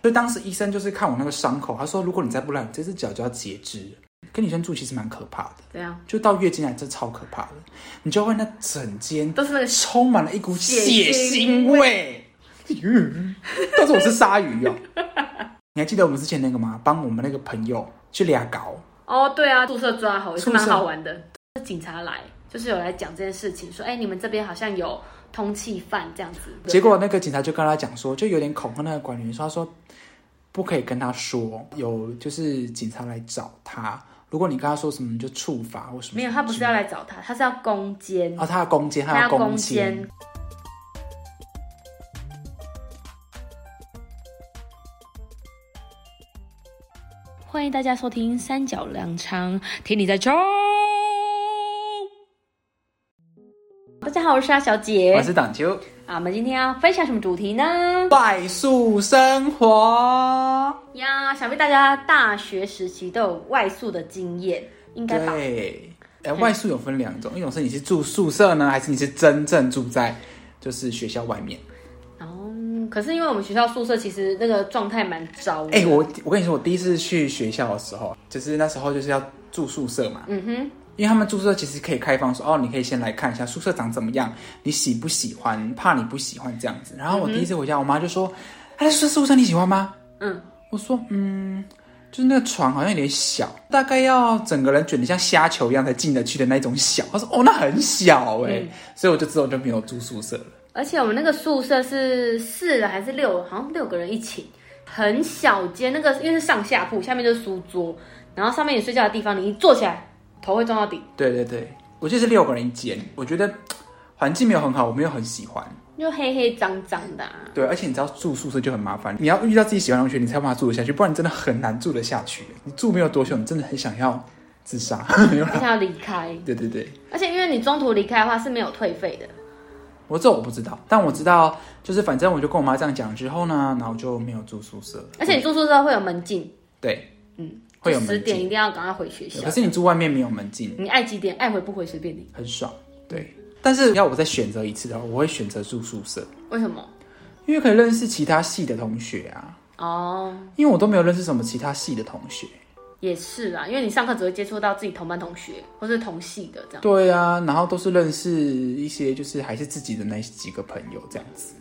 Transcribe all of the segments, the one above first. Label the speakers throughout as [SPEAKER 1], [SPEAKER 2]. [SPEAKER 1] 所以当时医生就是看我那个伤口，他说如果你再不来，你这只脚就要截肢了。跟女生住其实蛮可怕的，
[SPEAKER 2] 怎样？
[SPEAKER 1] 就到月经来，这超可怕的，你就会那整间
[SPEAKER 2] 都是那个
[SPEAKER 1] 充满了一股血
[SPEAKER 2] 血
[SPEAKER 1] 腥
[SPEAKER 2] 腥
[SPEAKER 1] 味。 但是我是鲨鱼哦，你还记得我们之前那个吗？帮我们那个朋友去俩搞，
[SPEAKER 2] 哦，对啊，宿舍抓猴也是
[SPEAKER 1] 宿舍
[SPEAKER 2] 蛮好玩的。警察来就是有来讲这件事情，说哎，你们这边好像有通缉犯这样子。
[SPEAKER 1] 结果那个警察就跟他讲说，就有点恐吓那个管理员说，他说不可以跟他说有就是警察来找他，如果你跟他说什么，你就处罚或什么。
[SPEAKER 2] 没有，他不是要来找他，他是要攻坚，
[SPEAKER 1] 啊，他要攻坚，
[SPEAKER 2] 他
[SPEAKER 1] 要
[SPEAKER 2] 要
[SPEAKER 1] 攻
[SPEAKER 2] 攻坚。欢迎大家收听《三角粮仓》，听你在冲。大家好，我是沙小姐。
[SPEAKER 1] 我是党秋，
[SPEAKER 2] 啊，我们今天要分享什么主题呢？
[SPEAKER 1] 快速生活。
[SPEAKER 2] 呀，想必大家大学时期都有外宿的经验，应该吧？
[SPEAKER 1] 对，哎，外宿有分两种，一种是你是住宿舍呢，还是你是真正住在就是学校外面？
[SPEAKER 2] 然后，嗯可是因为我们学校宿舍其实那个状态蛮糟的。
[SPEAKER 1] 哎、我我跟你说，我第一次去学校的时候，就是那时候就是要住宿舍嘛，
[SPEAKER 2] 嗯哼，
[SPEAKER 1] 因为他们宿舍其实可以开放说，哦，你可以先来看一下宿舍长怎么样，你喜不喜欢，怕你不喜欢这样子。然后我第一次回家，我妈就说，哎，宿宿舍你喜欢吗？
[SPEAKER 2] 嗯，
[SPEAKER 1] 我说，嗯，就是那个床好像有点小，大概要整个人卷得像虾球一样才进得去的那种小。她说，哦，那很小哎、所以我就之后就没有住宿舍了。
[SPEAKER 2] 而且我们那个宿舍是四人还是六，好像六个人一寝，很小间。那个因为是上下铺，下面就是书桌，然后上面你睡觉的地方，你一坐起来头会撞到底，
[SPEAKER 1] 对对对，我记得是六个人一间，我觉得环境没有很好，我没有很喜欢。
[SPEAKER 2] 就黑黑脏脏 的、啊。
[SPEAKER 1] 对，而且你知道住宿舍就很麻烦，你要遇到自己喜欢的同学，你才有办法住得下去，不然你真的很难住得下去。你住没有多久，你真的很想要自杀。 没有啦
[SPEAKER 2] 而且要离开，
[SPEAKER 1] 对对对，
[SPEAKER 2] 而且因为你中途离开的话是没有退费的。
[SPEAKER 1] 我这我不知道，但我知道，就是反正我就跟我妈这样讲之后呢，然后就没有住宿舍。
[SPEAKER 2] 而且你住宿舍会有门禁，
[SPEAKER 1] 对，
[SPEAKER 2] 嗯，
[SPEAKER 1] 会有
[SPEAKER 2] 十
[SPEAKER 1] 门
[SPEAKER 2] 点一
[SPEAKER 1] 禁，
[SPEAKER 2] 定要赶快回学校
[SPEAKER 1] 可。是你住外面没有门禁，
[SPEAKER 2] 你爱几点爱回不回随便你。
[SPEAKER 1] 很爽。对，但是要我再选择一次的话，我会选择住宿舍，
[SPEAKER 2] 为什么？
[SPEAKER 1] 因为可以认识其他系的同学啊，
[SPEAKER 2] 哦，
[SPEAKER 1] 因为我都没有认识什么其他系的同学。
[SPEAKER 2] 也是啦，因为你上课只会接触到自己同班同学或是同系的这样。
[SPEAKER 1] 对啊，然后都是认识一些就是还是自己的那几个朋友这样子，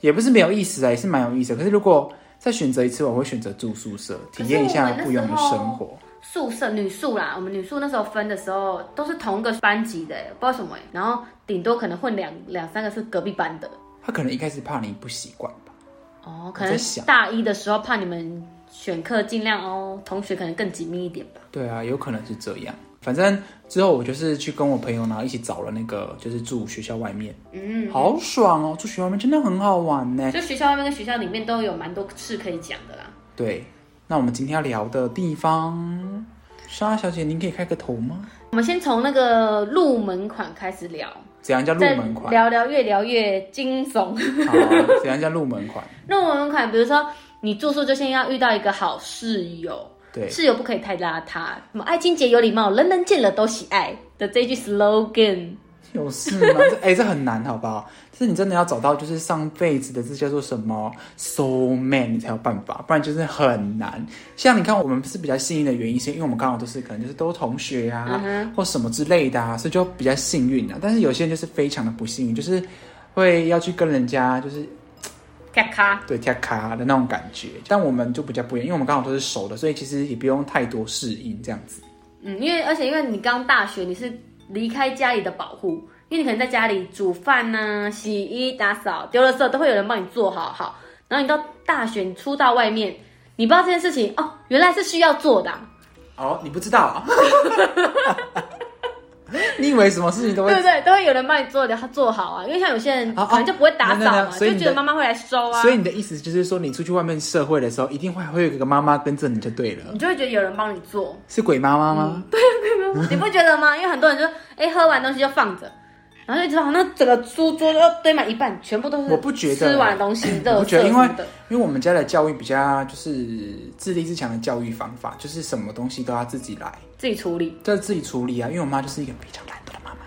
[SPEAKER 1] 也不是没有意思啊，也是蛮有意思的。可是如果再选择一次，我会选择住宿舍，
[SPEAKER 2] 可是
[SPEAKER 1] 体验一下
[SPEAKER 2] 我们那
[SPEAKER 1] 不一样的
[SPEAKER 2] 时候
[SPEAKER 1] 生活。
[SPEAKER 2] 宿舍女宿啦，我们女宿那时候分的时候都是同个班级的，不知道为什么。然后顶多可能混两两三个是隔壁班的。
[SPEAKER 1] 他可能一开始怕你不习惯吧，
[SPEAKER 2] 哦，
[SPEAKER 1] 我
[SPEAKER 2] 可
[SPEAKER 1] 在
[SPEAKER 2] 能
[SPEAKER 1] 想
[SPEAKER 2] 大一的时候怕你们选课尽量哦，同学可能更紧密一点吧。
[SPEAKER 1] 对啊，有可能是这样。反正之后我就是去跟我朋友，然后一起找了那个，就是住学校外面，
[SPEAKER 2] 嗯，
[SPEAKER 1] 好爽哦！住学校外面真的很好玩呢。
[SPEAKER 2] 就学校外面跟学校里面都有蛮多事可以讲的啦。
[SPEAKER 1] 对，那我们今天要聊的地方，莎小姐，您可以开个头吗？
[SPEAKER 2] 我们先从那个入门款开始聊，
[SPEAKER 1] 怎样叫入
[SPEAKER 2] 再
[SPEAKER 1] 门款？
[SPEAKER 2] 聊聊越聊越惊悚。
[SPEAKER 1] 好，怎样叫入门款？
[SPEAKER 2] 入门款，比如说你住宿就先要遇到一个好室友，
[SPEAKER 1] 对，
[SPEAKER 2] 室友不可以太邋遢，什么爱清洁、有礼貌，人人见了都喜爱的这一句 slogan。
[SPEAKER 1] 有事吗？这哎、这很难，好不好？就是你真的要找到就是上辈子的这叫做什么 soul man，你才有办法，不然就是很难。像你看，我们是比较幸运的原因，是因为我们刚好都是可能就是都同学啊
[SPEAKER 2] 嗯，哼，
[SPEAKER 1] 或什么之类的啊，所以就比较幸运啊。但是有些人就是非常的不幸运，就是会要去跟人家就是
[SPEAKER 2] 咔咔，
[SPEAKER 1] 对跳卡的那种感觉。但我们就比较不一样，因为我们刚好都是熟的，所以其实也不用太多适应这样 子。
[SPEAKER 2] 嗯，因为而且因为你刚大学，你是离开家里的保护，因为你可能在家里煮饭呐、洗衣、打扫、丢了圾都会有人帮你做好好，然后你到大学，你出到外面，你不知道这件事情哦，原来是需要做的啊、
[SPEAKER 1] 哦，你不知道、啊。 你以为什么事情都会
[SPEAKER 2] 对不对？都会有人帮你做的，他做好啊，因为像有些人
[SPEAKER 1] 啊啊
[SPEAKER 2] 可能就不会打扫
[SPEAKER 1] 那那
[SPEAKER 2] 嘛，
[SPEAKER 1] 那所以
[SPEAKER 2] 就
[SPEAKER 1] 你的
[SPEAKER 2] 觉得妈妈会来收啊
[SPEAKER 1] 所，以你的意思就是说，你出去外面社会的时候，一定会会有一个妈妈跟着你就对了，
[SPEAKER 2] 你就会觉得有人帮你做，
[SPEAKER 1] 是鬼妈妈吗？
[SPEAKER 2] 你不觉得吗？因为很多人就哎喝完东西就放着，然后就一直放，那整个书桌就堆满一半，全部都是
[SPEAKER 1] 我不觉得
[SPEAKER 2] 吃完东西
[SPEAKER 1] 我
[SPEAKER 2] 热
[SPEAKER 1] 不觉得因为
[SPEAKER 2] 的，
[SPEAKER 1] 因为我们家的教育比较就是自立自强的教育方法，就是什么东西都要自己来，
[SPEAKER 2] 自己处理。
[SPEAKER 1] 都要自己处理啊。因为我妈就是一个比较懒惰的妈妈，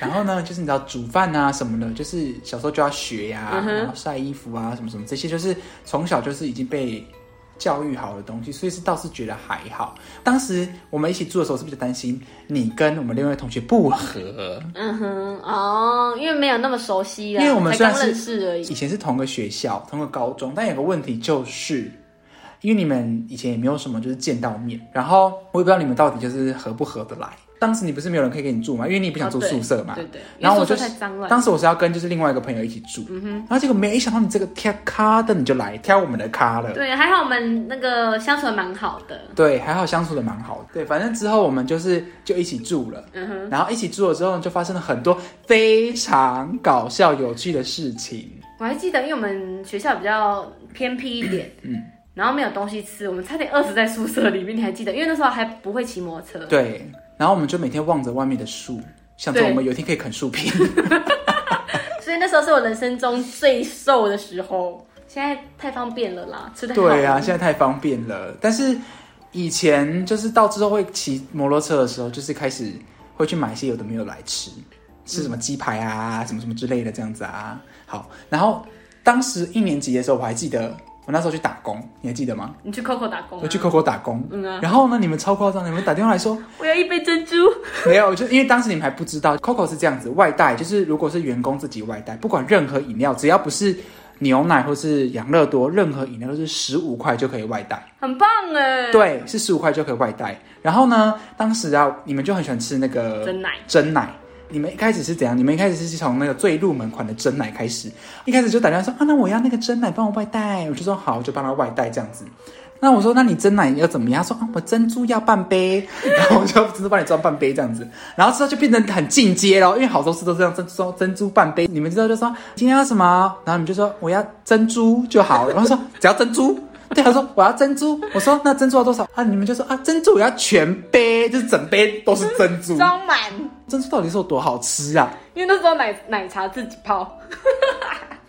[SPEAKER 1] 然后呢，就是你知道煮饭啊什么的，就是小时候就要学呀、
[SPEAKER 2] 嗯哼
[SPEAKER 1] 然后晒衣服啊什么什么，这些就是从小就是已经被教育好的东西，所以是倒是觉得还好。当时我们一起住的时候，是不是就担心你跟我们另外一个同学不合？
[SPEAKER 2] 嗯哼，哦，因为没有那么熟悉啦，
[SPEAKER 1] 因为我们虽然
[SPEAKER 2] 才刚
[SPEAKER 1] 是
[SPEAKER 2] 认识而已。
[SPEAKER 1] 以前是同个学校、同个高中，但有个问题就是，因为你们以前也没有什么就是见到面，然后我也不知道你们到底就是合不合得来。当时你不是没有人可以跟你住嘛，因为你也不想住
[SPEAKER 2] 哦对
[SPEAKER 1] 宿舍嘛。
[SPEAKER 2] 对对，因为
[SPEAKER 1] 然后我
[SPEAKER 2] 宿
[SPEAKER 1] 就
[SPEAKER 2] 舍太脏嗯乱，
[SPEAKER 1] 当时我是要跟就是另外一个朋友一起住，然后结果没想到你这个挑咖的你就来挑我们的咖了。
[SPEAKER 2] 对，还好我们那个相处的蛮好的，
[SPEAKER 1] 对，还好相处的蛮好的。对，反正之后我们就是就一起住了，
[SPEAKER 2] 嗯哼，
[SPEAKER 1] 然后一起住了之后呢就发生了很多非常搞笑有趣的事情。
[SPEAKER 2] 我还记得，因为我们学校比较偏僻一点，嗯，然后没有东西吃，我们差点饿死在宿舍里面。你还记得？因为那时候还不会骑摩托车，
[SPEAKER 1] 对，然后我们就每天望着外面的树，想着
[SPEAKER 2] 对
[SPEAKER 1] 我们有一天可以啃树皮。
[SPEAKER 2] 所以那时候是我人生中最瘦的时候。现在太方便了啦，吃的
[SPEAKER 1] 对啊，，现在太方便了。但是以前就是到之后会骑摩托车的时候，就是开始会去买一些有的没有来吃，吃什么鸡排啊，什么什么之类的这样子啊。好，然后当时一年级的时候，我还记得我那时候去打工，你还记得吗？
[SPEAKER 2] 你去 Coco 打工、啊，
[SPEAKER 1] 我去 COCO 打工，
[SPEAKER 2] 嗯啊
[SPEAKER 1] 然后呢，你们超夸张，你们打电话来说，
[SPEAKER 2] 我要一杯珍珠，
[SPEAKER 1] 没有，就因为当时你们还不知道，Coco 是这样子，外带就是如果是员工自己外带，不管任何饮料，只要不是牛奶或是养乐多，任何饮料都是十五块就可以外带。
[SPEAKER 2] 很棒哎、，
[SPEAKER 1] 对，是十五块就可以外带。然后呢，当时啊，你们就很喜欢吃那个
[SPEAKER 2] 真奶
[SPEAKER 1] 真奶。你们一开始是怎样？你们一开始是从那个最入门款的真奶开始，一开始就打电话说啊，那我要那个真奶，帮我外带。我就说好，我就帮他外带这样子。那我说，那你真奶要怎么样？他说啊，我珍珠要半杯， 然后我就真的帮你装半杯这样子。然后之后就变成很进阶咯，因为好多次都是这样珍珠珍珠半杯。你们知道就说今天要什么，然后你们就说我要珍珠就好了。然后说只要珍珠，对，他说我要珍珠。我说那珍珠要多少啊？你们就说啊，珍珠我要全杯，就是整杯都是珍珠。
[SPEAKER 2] 装满，
[SPEAKER 1] 珍珠到底是有多好吃啊？
[SPEAKER 2] 因为那时候奶奶茶自己泡，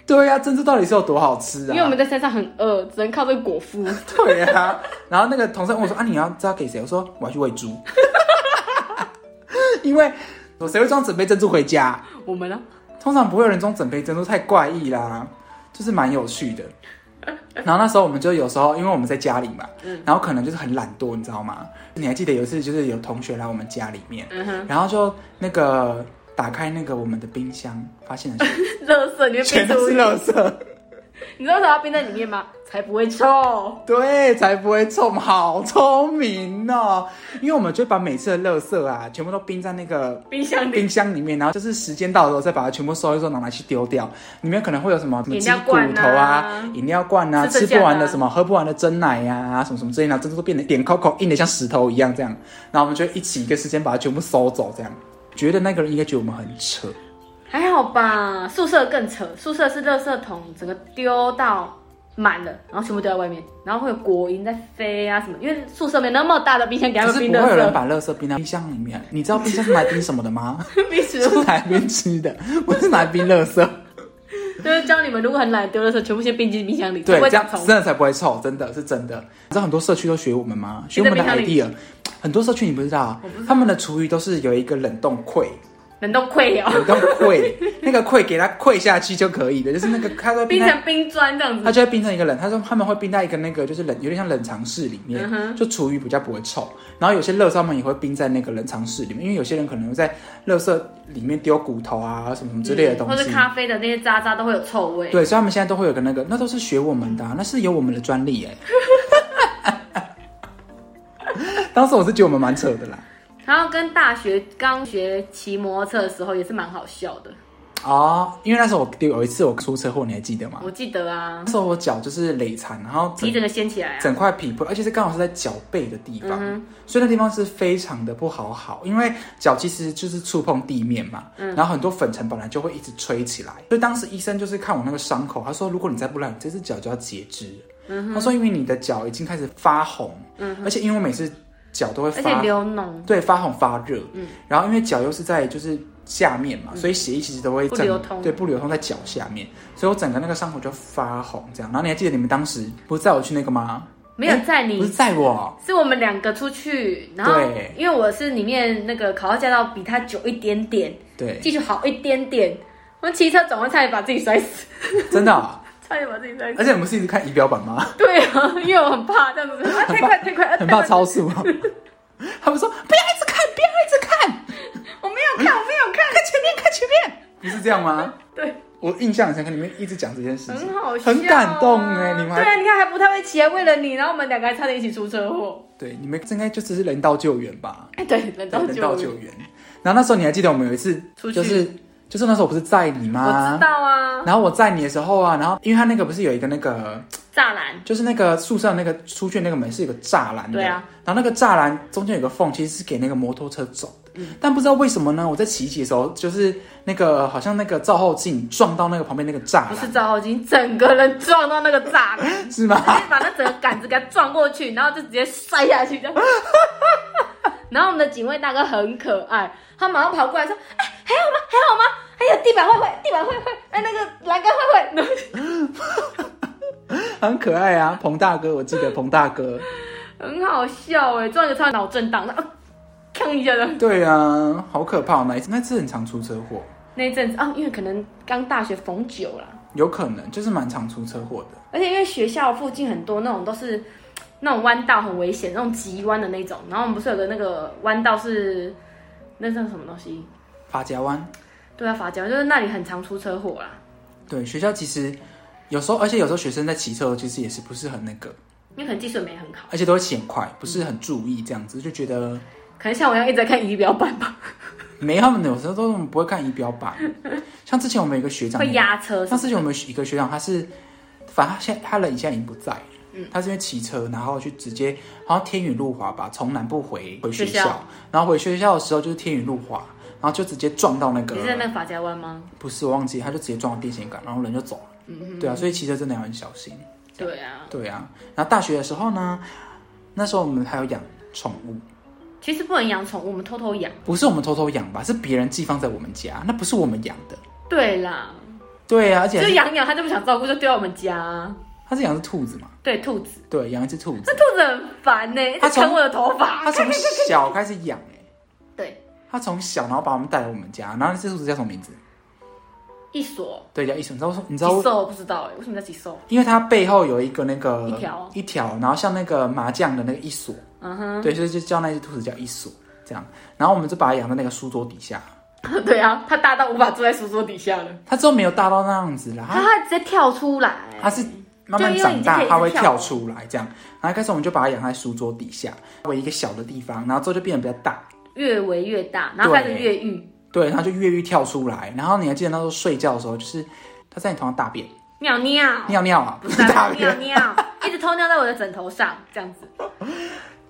[SPEAKER 1] 对啊，珍珠到底是有多好吃啊？
[SPEAKER 2] 因为我们在山上很饿，只能靠这个果腹。
[SPEAKER 1] 对啊，然后那个同事问我说：“啊，你要知道给谁？”我说：“我要去喂猪。” 因为我谁会装整杯珍珠回家？
[SPEAKER 2] 我们呢、啊
[SPEAKER 1] 通常不会有人装整杯珍珠，太怪异啦，就是蛮有趣的。然后那时候我们就有时候，因为我们在家里嘛，
[SPEAKER 2] 嗯
[SPEAKER 1] 然后可能就是很懒惰，你知道吗？你还记得有一次，就是有同学来我们家里面，
[SPEAKER 2] 嗯 哼，
[SPEAKER 1] 然后就那个打开那个我们的冰箱，发 现了
[SPEAKER 2] 垃圾你会
[SPEAKER 1] 全
[SPEAKER 2] 冰
[SPEAKER 1] 都
[SPEAKER 2] 出
[SPEAKER 1] 是垃圾，
[SPEAKER 2] 你知道为什么要冰在里面吗？才不会臭。
[SPEAKER 1] 对，才不会臭，好聪明哦！因为我们就把每次的垃圾啊，全部都冰在那个
[SPEAKER 2] 冰箱里
[SPEAKER 1] 冰箱里面，然后就是时间到的时候再把它全部收一收，拿来去丢掉。里面可能会有什么什么
[SPEAKER 2] 饮
[SPEAKER 1] 鸡
[SPEAKER 2] 料
[SPEAKER 1] 骨
[SPEAKER 2] 罐啊
[SPEAKER 1] 头啊、饮料罐啊、
[SPEAKER 2] 吃
[SPEAKER 1] 吃
[SPEAKER 2] 剩
[SPEAKER 1] 不完的
[SPEAKER 2] 下的啊
[SPEAKER 1] 什么、喝不完的真奶呀、什么什么之类的，真的都变得点扣扣硬的像石头一样这样。然后我们就一起一个时间把它全部收走，这样。觉得那个人应该觉得我们很扯，
[SPEAKER 2] 还好吧，宿舍更扯，宿舍是垃圾桶整个丢到满了，然后全部丢在外面，然后会有果蝇在飞啊什么，因为宿舍没那么大的冰箱给他
[SPEAKER 1] 可
[SPEAKER 2] 们
[SPEAKER 1] 是
[SPEAKER 2] 冰
[SPEAKER 1] 不
[SPEAKER 2] 垃
[SPEAKER 1] 会有人
[SPEAKER 2] 圾，
[SPEAKER 1] 把垃圾冰到冰箱里面。你知道冰箱是拿来冰什么的吗？
[SPEAKER 2] 冰食
[SPEAKER 1] 是
[SPEAKER 2] 物，
[SPEAKER 1] 拿来冰吃的，不是拿来冰垃圾。
[SPEAKER 2] 就是教你们如果很懒丢垃圾，全部先冰进冰箱里，
[SPEAKER 1] 对
[SPEAKER 2] 不，会
[SPEAKER 1] 这样
[SPEAKER 2] 长虫
[SPEAKER 1] 真的才不会臭，真的是真的。你知道很多社区都学我们吗？学
[SPEAKER 2] 冰
[SPEAKER 1] 我
[SPEAKER 2] 在
[SPEAKER 1] 们的
[SPEAKER 2] 冰箱里
[SPEAKER 1] idea。很多社区你不知道啊，他们的厨余都是有一个冷冻柜，
[SPEAKER 2] 冷冻 溃哦，
[SPEAKER 1] 冷冻柜那个柜给它溃下去就可以的，就是那个它都
[SPEAKER 2] 冰
[SPEAKER 1] 在。
[SPEAKER 2] 成冰砖这样
[SPEAKER 1] 它
[SPEAKER 2] 子。
[SPEAKER 1] 就会冰成一个冷，他说他们会冰在一个那个就是冷，有点像冷藏室里
[SPEAKER 2] 嗯
[SPEAKER 1] 面，就厨余比较不会臭。然后有些垃圾他们也会冰在那个冷藏室里面，因为有些人可能会在垃圾里面丢骨头啊什么什么之类的东
[SPEAKER 2] 嗯或
[SPEAKER 1] 西，
[SPEAKER 2] 是咖啡的那些渣渣都会有臭味。
[SPEAKER 1] 对，所以他们现在都会有个那个，那都是学我们的啊、那是有我们的专利哎。 当时我是觉得我们蛮扯的啦。
[SPEAKER 2] 然后跟大学刚学骑摩托车的时候也是蛮好笑的，
[SPEAKER 1] 哦，因为那时候我有一次我出车祸，你还记得吗？
[SPEAKER 2] 我记得啊
[SPEAKER 1] 那，时候我脚就是累残，然后
[SPEAKER 2] 皮
[SPEAKER 1] 整
[SPEAKER 2] 整个掀起来啊，嗯
[SPEAKER 1] 整块皮破，而且是刚好是在脚背的地方，所以那地方是非常的不好好，因为脚其实就是触碰地面嘛，
[SPEAKER 2] 嗯
[SPEAKER 1] 然后很多粉尘本来就会一直吹起来，所以当时医生就是看我那个伤口，他说如果你再不来，你这只脚就要截肢。
[SPEAKER 2] 嗯
[SPEAKER 1] 他说因为你的脚已经开始发红，而且因为我每次脚都会
[SPEAKER 2] 而且
[SPEAKER 1] 发，
[SPEAKER 2] 流脓
[SPEAKER 1] 对，发红发热，
[SPEAKER 2] 嗯
[SPEAKER 1] 然后因为脚又是在就是。下面嘛，所以血液其实都会
[SPEAKER 2] 不
[SPEAKER 1] 整
[SPEAKER 2] 流通
[SPEAKER 1] 对，不流通在脚下面，所以我整个那个伤口就发红这样。然后你还记得你们当时不是载我去那个吗？
[SPEAKER 2] 没有载你
[SPEAKER 1] 不是载我，
[SPEAKER 2] 是我们两个出去，然后
[SPEAKER 1] 对
[SPEAKER 2] 因为我是里面那个考到驾照比他久一点点，
[SPEAKER 1] 对，
[SPEAKER 2] 技术好一点点，我骑车转弯差点把自己摔死，
[SPEAKER 1] 真的哦、
[SPEAKER 2] 差点把自己摔死。
[SPEAKER 1] 而且我们是一直看仪表板吗？
[SPEAKER 2] 对啊，因为我很怕这样子，啊、太快太快，啊
[SPEAKER 1] 很
[SPEAKER 2] 太
[SPEAKER 1] 怕
[SPEAKER 2] 快
[SPEAKER 1] 超速哦。他们说不要一直看，不要一直看，
[SPEAKER 2] 我没有看，我没有看，
[SPEAKER 1] 看前面，看前面，不是这样吗？
[SPEAKER 2] 对，
[SPEAKER 1] 我印象很深刻，你们一直讲这件事情
[SPEAKER 2] 很，好笑啊、
[SPEAKER 1] 很感动哎，你们
[SPEAKER 2] 对
[SPEAKER 1] 还
[SPEAKER 2] 啊，你看还不太会骑，还为了你，然后我们两个还差点一起出车祸。
[SPEAKER 1] 对，你们应该就只是人道救援吧？
[SPEAKER 2] 哎，对，人
[SPEAKER 1] 对
[SPEAKER 2] 道
[SPEAKER 1] 人道
[SPEAKER 2] 救
[SPEAKER 1] 救
[SPEAKER 2] 援，
[SPEAKER 1] 援。然后那时候你还记得我们有一次
[SPEAKER 2] 出，去
[SPEAKER 1] 就是就是那时候我不是载你
[SPEAKER 2] 我
[SPEAKER 1] 吗
[SPEAKER 2] 知？道啊，
[SPEAKER 1] 然后我载你的时候啊，然后因为他那个不是有一个那个，
[SPEAKER 2] 栅栏，
[SPEAKER 1] 就是那个宿舍那个出去那个门是有个栅栏的，
[SPEAKER 2] 对啊，
[SPEAKER 1] 然后那个栅栏中间有个缝，其实是给那个摩托车走的。
[SPEAKER 2] 嗯
[SPEAKER 1] 但不知道为什么呢？我在骑一骑的时候，就是那个好像那个照后镜撞到那个旁边那个栅
[SPEAKER 2] 不是
[SPEAKER 1] 栏，
[SPEAKER 2] 赵浩金，整个人撞到那个栅栏。
[SPEAKER 1] 是吗？
[SPEAKER 2] 直接把那整个杆子给它撞过去，然后就直接摔下去这样。 然后我们的警卫大哥很可爱，他马上跑过来说：“哎、还好吗？还好吗？哎呀，地板会不会，地板会不会，哎，那个栏杆会不会然后就
[SPEAKER 1] 很可爱啊，彭大哥，我记得彭大哥。？”
[SPEAKER 2] 很好笑哎，撞一个超脑震荡，然后啊吭、一下的。
[SPEAKER 1] 对啊，好可怕哦，那一次那次很常出车祸，
[SPEAKER 2] 那一阵子啊，因为可能刚大学逢九啦，
[SPEAKER 1] 有可能就是蛮常出车祸的。
[SPEAKER 2] 而且因为学校附近很多那种都是嘖那种弯道很危险，那种急弯的那种。然后我们不是有个那个弯道是那叫什么东西？
[SPEAKER 1] 法夹湾，
[SPEAKER 2] 对啊，法教就是那里很常出车祸啦。
[SPEAKER 1] 对学校其实有时候，而且有时候学生在骑车的时候其实也是不是很那个，
[SPEAKER 2] 因为可能技术也没很好，
[SPEAKER 1] 而且都会骑很快，不是很注意这样子，就觉得
[SPEAKER 2] 可能像我一样一直在看仪表板 吧，
[SPEAKER 1] 没他们有时候都不会看仪表 板。像之前我们有一个学长
[SPEAKER 2] 会，压车
[SPEAKER 1] 像之前我们有一个学长，他是反正他现在他人现在已经不在了。
[SPEAKER 2] 嗯
[SPEAKER 1] 他是因为骑车，然后去直接好像天雨路滑吧，从南部回回学
[SPEAKER 2] 学校
[SPEAKER 1] 然后回学校的时候就是天雨路滑，然后就直接撞到那个啊
[SPEAKER 2] 你是在那个法家湾吗？嗯
[SPEAKER 1] 不是，我忘记，他就直接撞到电线杆，然后人就走了。对啊，所以骑车真的要很小心。
[SPEAKER 2] 对啊，
[SPEAKER 1] 对啊，然后大学的时候呢，那时候我们还有养宠物，
[SPEAKER 2] 其实不能养宠物，我们偷偷养。
[SPEAKER 1] 不是我们偷偷养吧，是别人寄放在我们家，那不是我们养的。
[SPEAKER 2] 对啦，
[SPEAKER 1] 对啊，而且
[SPEAKER 2] 就是养养，他就不想照顾，就丢到我们家。
[SPEAKER 1] 它是养的是兔子嘛，
[SPEAKER 2] 对，兔子，
[SPEAKER 1] 对，养一只兔子，
[SPEAKER 2] 那兔子很烦呢、一
[SPEAKER 1] 它
[SPEAKER 2] 直
[SPEAKER 1] 从
[SPEAKER 2] 啃我的头发
[SPEAKER 1] 它。从小开始养哎、
[SPEAKER 2] 对，
[SPEAKER 1] 它从小然后把我们带来我们家，然后那只兔子叫什么名字？
[SPEAKER 2] 一锁
[SPEAKER 1] 对，叫一生。你知道你知
[SPEAKER 2] 几
[SPEAKER 1] 道，
[SPEAKER 2] 兽我不知道哎、为什么叫几兽？
[SPEAKER 1] 因为它背后有一个那个
[SPEAKER 2] 一条
[SPEAKER 1] 一条，然后像那个麻将的那个一锁，
[SPEAKER 2] 嗯哼，
[SPEAKER 1] 对，所以就叫那只兔子叫一锁这样。然后我们就把它养在那个书桌底下，
[SPEAKER 2] 对啊，它大到无法坐在书桌底下了，
[SPEAKER 1] 它之后没有大到那样子啦，
[SPEAKER 2] 它
[SPEAKER 1] 它
[SPEAKER 2] 还直接跳出来。
[SPEAKER 1] 啊它是慢慢
[SPEAKER 2] 对因为
[SPEAKER 1] 长
[SPEAKER 2] 你就
[SPEAKER 1] 大
[SPEAKER 2] 可，以
[SPEAKER 1] 它会
[SPEAKER 2] 一直
[SPEAKER 1] 跳
[SPEAKER 2] 跳
[SPEAKER 1] 出来这样。然后开始我们就把它养在书桌底下，为一个小的地方，然后之后就变得比较大。
[SPEAKER 2] 越围越大，然后开始
[SPEAKER 1] 对
[SPEAKER 2] 越狱
[SPEAKER 1] 对，它就越狱跳出来。然后你还记得那时候睡觉的时候，就是它在你头上大便、
[SPEAKER 2] 尿尿，
[SPEAKER 1] 尿尿啊，
[SPEAKER 2] 不
[SPEAKER 1] 不
[SPEAKER 2] 是
[SPEAKER 1] 是
[SPEAKER 2] 啊
[SPEAKER 1] 大
[SPEAKER 2] 尿
[SPEAKER 1] 便。
[SPEAKER 2] 尿， 一直偷尿在我的枕头上，这样子。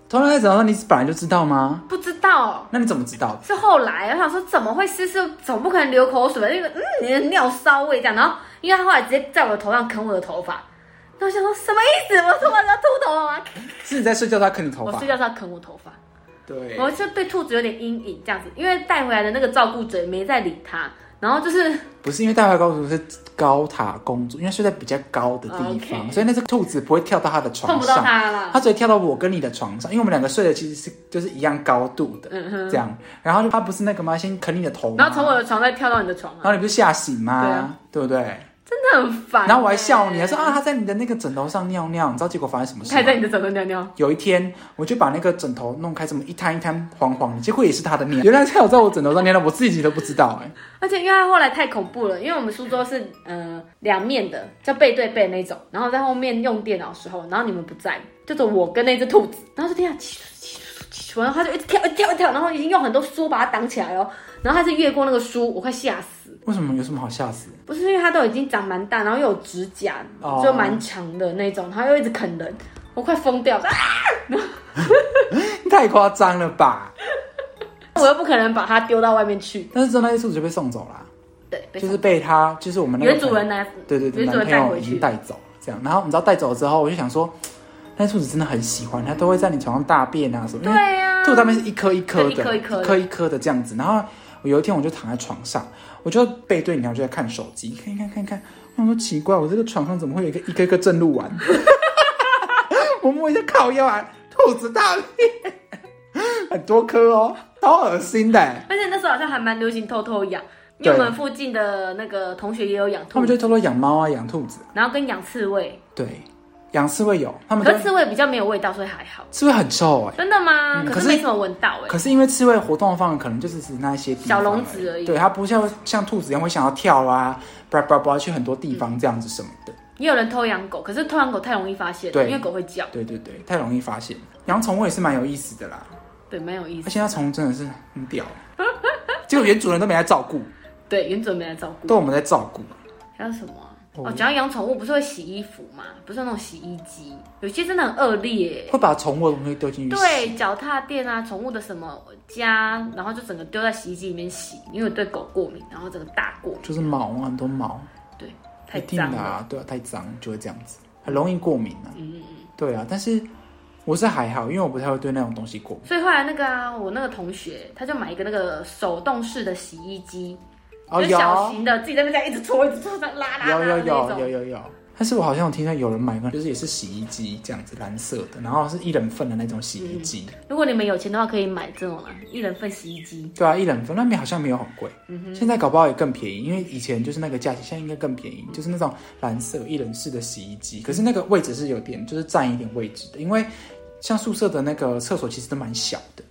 [SPEAKER 1] 头上在枕头上，你本来就知道吗？
[SPEAKER 2] 不知道，
[SPEAKER 1] 那你怎么知道的？
[SPEAKER 2] 是后来啊我想说怎么会湿湿，总不可能流口水吧？因为嗯，你的尿骚味这样。然后因为他后来直接在我的头上啃我的头发，然后我想说什么意思？我突然要秃头吗？
[SPEAKER 1] 是你在睡觉，它啃你头
[SPEAKER 2] 我
[SPEAKER 1] 发
[SPEAKER 2] 睡。觉时候啃我头发，
[SPEAKER 1] 对，
[SPEAKER 2] 我就对兔子有点阴影这样子，因为带回来的那个照顾者也没再理它，然后就是
[SPEAKER 1] 不是因为大白公主是高塔公主，因为睡在比较高的地方
[SPEAKER 2] OK
[SPEAKER 1] 所以那只兔子不会跳到她的床
[SPEAKER 2] 碰不到
[SPEAKER 1] 上。
[SPEAKER 2] 它啦。
[SPEAKER 1] 他直接跳到我跟你的床上，因为我们两个睡的其实是就是一样高度的，这样。然后他不是那个吗？先啃你的头吗，
[SPEAKER 2] 嗯然后从我的床再跳到你的床
[SPEAKER 1] 然
[SPEAKER 2] 啊，
[SPEAKER 1] 后你不是吓醒吗？
[SPEAKER 2] 对啊
[SPEAKER 1] 对不对？
[SPEAKER 2] 真的很烦欸、
[SPEAKER 1] 然后我还笑你，还说啊，他在你的那个枕头上尿尿，你知道结果发生什么事
[SPEAKER 2] 它还在
[SPEAKER 1] 吗？
[SPEAKER 2] 你的枕头尿尿。
[SPEAKER 1] 有一天，我就把那个枕头弄开，这么一摊一摊黄黄的，结果也是他的尿。原来他有在我枕头上尿尿，我自己都不知道哎、
[SPEAKER 2] 而且因为它后来太恐怖了，因为我们书桌是呃两面的，叫背对背那种，然后在后面用电脑的时候，然后你们不在，就是我跟那只兔子，然后就听到起起起，然后它就一直跳一直跳一直跳，然后已经用很多书把它挡起来哦，然后它是越过那个书，我快吓死。
[SPEAKER 1] 为什么有什么好吓死？
[SPEAKER 2] 不是因为它都已经长蛮大，然后又有指甲
[SPEAKER 1] 哦，
[SPEAKER 2] 就蛮长的那种，它又一直啃人，我快疯掉了。啊
[SPEAKER 1] 太夸张了吧？
[SPEAKER 2] 我又不可能把它丢到外面去，
[SPEAKER 1] 但是真的那些兔子就被送走了啊、
[SPEAKER 2] 对，被
[SPEAKER 1] 就是被他，就是我们那个
[SPEAKER 2] 原主
[SPEAKER 1] 朋友
[SPEAKER 2] 人来，
[SPEAKER 1] 对对对，
[SPEAKER 2] 原主
[SPEAKER 1] 男
[SPEAKER 2] 人
[SPEAKER 1] 朋
[SPEAKER 2] 带
[SPEAKER 1] 友
[SPEAKER 2] 回
[SPEAKER 1] 已经
[SPEAKER 2] 去，
[SPEAKER 1] 带走了，这样。然后你知道带走之后，我就想说，那兔子真的很喜欢，它都会在你床上大便啊什么。
[SPEAKER 2] 对
[SPEAKER 1] 因为
[SPEAKER 2] 呀、
[SPEAKER 1] 兔子大便是一颗一颗的，
[SPEAKER 2] 对一颗一颗的
[SPEAKER 1] 一颗的这样子。然后我有一天我就躺在床上，我就背对你，然后就在看手机，看一看看一看。我想说奇怪，我这个床上怎么会有一个一个一个正露丸？ 我摸一下靠腰啊，兔子大便，很多颗哦，超恶心的欸。
[SPEAKER 2] 而且那时候好像还蛮流行偷偷养，因为
[SPEAKER 1] 对
[SPEAKER 2] 我们附近的那个同学也有养
[SPEAKER 1] 他
[SPEAKER 2] 兔
[SPEAKER 1] 们
[SPEAKER 2] 子，
[SPEAKER 1] 就偷偷养猫啊，养兔子。
[SPEAKER 2] 然后跟养刺猬，
[SPEAKER 1] 对，养刺猬有，他们
[SPEAKER 2] 可
[SPEAKER 1] 就是
[SPEAKER 2] 刺猬比较没有味道，所以还好。
[SPEAKER 1] 刺猬很臭哎、
[SPEAKER 2] 真的吗？
[SPEAKER 1] 嗯
[SPEAKER 2] 可
[SPEAKER 1] 可是
[SPEAKER 2] 没什么闻到哎、
[SPEAKER 1] 可是因为刺猬活动的范围可能就只是那一些地
[SPEAKER 2] 小
[SPEAKER 1] 方
[SPEAKER 2] 笼子而已
[SPEAKER 1] 对，它不像像兔子一样会想要跳啊，叭叭叭去很多地方这样子什么的。
[SPEAKER 2] 也有人偷养狗，可是偷养狗太容易发现了，
[SPEAKER 1] 对
[SPEAKER 2] 因为狗会叫。
[SPEAKER 1] 对对对，太容易发现。养宠物也是蛮有意思的啦，
[SPEAKER 2] 对，蛮有意思
[SPEAKER 1] 而。且那宠物真的是很 屌，结果原主人都没来照顾，
[SPEAKER 2] 对，原准没来照顾。
[SPEAKER 1] 都我们在照顾。
[SPEAKER 2] 还有什么啊、
[SPEAKER 1] 哦
[SPEAKER 2] 哦，讲到养宠物，不是会洗衣服吗？不是有那种洗衣机，有些真的很恶劣、
[SPEAKER 1] 会把宠物的东西丢进去洗。
[SPEAKER 2] 对，脚踏垫啊，宠物的什么家，然后就整个丢在洗衣机里面洗，因为我对狗过敏，然后整个大过敏，
[SPEAKER 1] 就是毛啊，很多毛，
[SPEAKER 2] 对，太
[SPEAKER 1] 一定
[SPEAKER 2] 脏
[SPEAKER 1] 的
[SPEAKER 2] 了。
[SPEAKER 1] 啊，对啊，太脏就会这样子，很容易过敏啊。
[SPEAKER 2] 嗯嗯嗯。
[SPEAKER 1] 对啊，但是我是还好，因为我不太会对那种东西过敏。
[SPEAKER 2] 所以后来那个啊，我那个同学他就买一个那个手动式的洗衣机，
[SPEAKER 1] 哦，
[SPEAKER 2] 就是小
[SPEAKER 1] 有
[SPEAKER 2] 型的，自己在那边这样一直搓，一直搓，这样拉拉拉
[SPEAKER 1] 有有
[SPEAKER 2] 的那
[SPEAKER 1] 有有
[SPEAKER 2] 种。
[SPEAKER 1] 有有，但是我好像有听到有人买过，就是也是洗衣机这样子，蓝色的，然后是一人份的那种洗衣机。
[SPEAKER 2] 如果你们有钱的话，可以买这种啦，一人份洗衣机。
[SPEAKER 1] 对啊，一人份那边好像没有很贵，
[SPEAKER 2] 嗯
[SPEAKER 1] 现在搞不好也更便宜，因为以前就是那个价钱，现在应该更便宜，
[SPEAKER 2] 嗯
[SPEAKER 1] 就是那种蓝色一人式的洗衣机，可是那个位置是有点就是占一点位置的，因为像宿舍的那个厕所其实都蛮小的，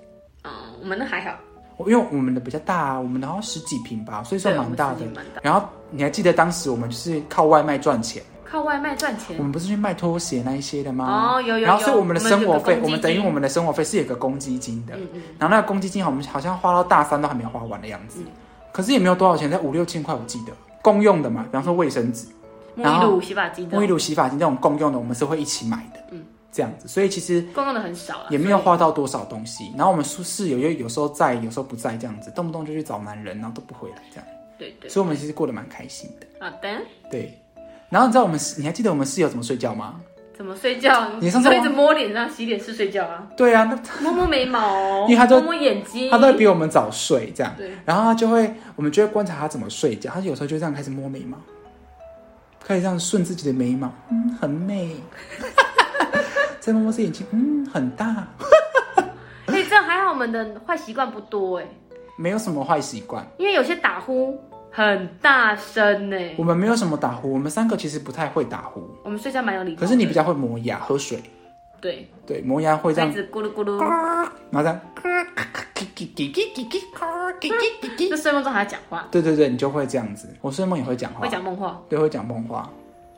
[SPEAKER 2] 嗯，我们那还好，
[SPEAKER 1] 我因为我们的比较大、啊，我们的好像十几平吧，所以算
[SPEAKER 2] 对我
[SPEAKER 1] 蛮
[SPEAKER 2] 们
[SPEAKER 1] 大
[SPEAKER 2] 自
[SPEAKER 1] 的
[SPEAKER 2] 己。蛮大，
[SPEAKER 1] 然后你还记得当时我们就是靠外卖赚钱，
[SPEAKER 2] 靠外卖赚钱
[SPEAKER 1] 我。们不是去卖拖鞋那一些的吗？
[SPEAKER 2] 哦有有
[SPEAKER 1] 然后所以
[SPEAKER 2] 有
[SPEAKER 1] 我们的
[SPEAKER 2] 我们有
[SPEAKER 1] 生活
[SPEAKER 2] 个
[SPEAKER 1] 费，
[SPEAKER 2] 公
[SPEAKER 1] 我
[SPEAKER 2] 积
[SPEAKER 1] 们等于
[SPEAKER 2] 金
[SPEAKER 1] 我们的生活费是有个公积金的，
[SPEAKER 2] 嗯嗯，
[SPEAKER 1] 然后那个公积金好像好像花到大三都还没花完的样子，可是也没有多少钱，才五六千块我记得。公用的嘛，比方说卫生纸、然
[SPEAKER 2] 沐浴
[SPEAKER 1] 后
[SPEAKER 2] 露、洗发精，
[SPEAKER 1] 沐浴露、洗发精这种公用的，我们是会一起买的，
[SPEAKER 2] 嗯
[SPEAKER 1] 嗯，这样子，所以其实
[SPEAKER 2] 共用的很少啦，啊
[SPEAKER 1] 也没有
[SPEAKER 2] 所以
[SPEAKER 1] 花到多少东西。然后我们宿室友又有时候在，有时候不在，这样子，动不动就去找男人，然后都不回来这样，
[SPEAKER 2] 对对，啊
[SPEAKER 1] 所以我们其实过得蛮开心的，
[SPEAKER 2] 好的，
[SPEAKER 1] 对。然后你知道我们室，你还记得我们室友怎么睡觉吗？
[SPEAKER 2] 怎么睡觉？
[SPEAKER 1] 你上次
[SPEAKER 2] 就
[SPEAKER 1] 忘
[SPEAKER 2] 一直摸脸，然后洗脸是睡觉啊，
[SPEAKER 1] 对啊，那
[SPEAKER 2] 摸摸眉毛，
[SPEAKER 1] 因为他都
[SPEAKER 2] 摸摸眼睛，
[SPEAKER 1] 他都会比我们早睡这样，
[SPEAKER 2] 对，
[SPEAKER 1] 然后他就会，我们就会观察他怎么睡觉，他有时候就这样开始摸眉毛，开始这样顺自己的眉毛，嗯，很 美，再摸摸自己眼睛，嗯，很大，
[SPEAKER 2] 所哎以这样还好，我们的坏习惯不多哎，
[SPEAKER 1] 没有什么坏习惯，
[SPEAKER 2] 因为有些打呼很大声哎呢，
[SPEAKER 1] 我们没有什么打呼，我们三个其实不太会打呼，
[SPEAKER 2] 我们睡觉蛮有礼貌的，
[SPEAKER 1] 可是你比较会磨牙、喝水，
[SPEAKER 2] 对，
[SPEAKER 1] 对，磨牙会这
[SPEAKER 2] 孩
[SPEAKER 1] 样，
[SPEAKER 2] 子咕噜咕噜，
[SPEAKER 1] 然后这 样，叽
[SPEAKER 2] 就睡梦中还要讲话，
[SPEAKER 1] 对对对，你就会这样子，我睡梦也会讲话
[SPEAKER 2] 会，讲梦话，
[SPEAKER 1] 对，会讲梦话，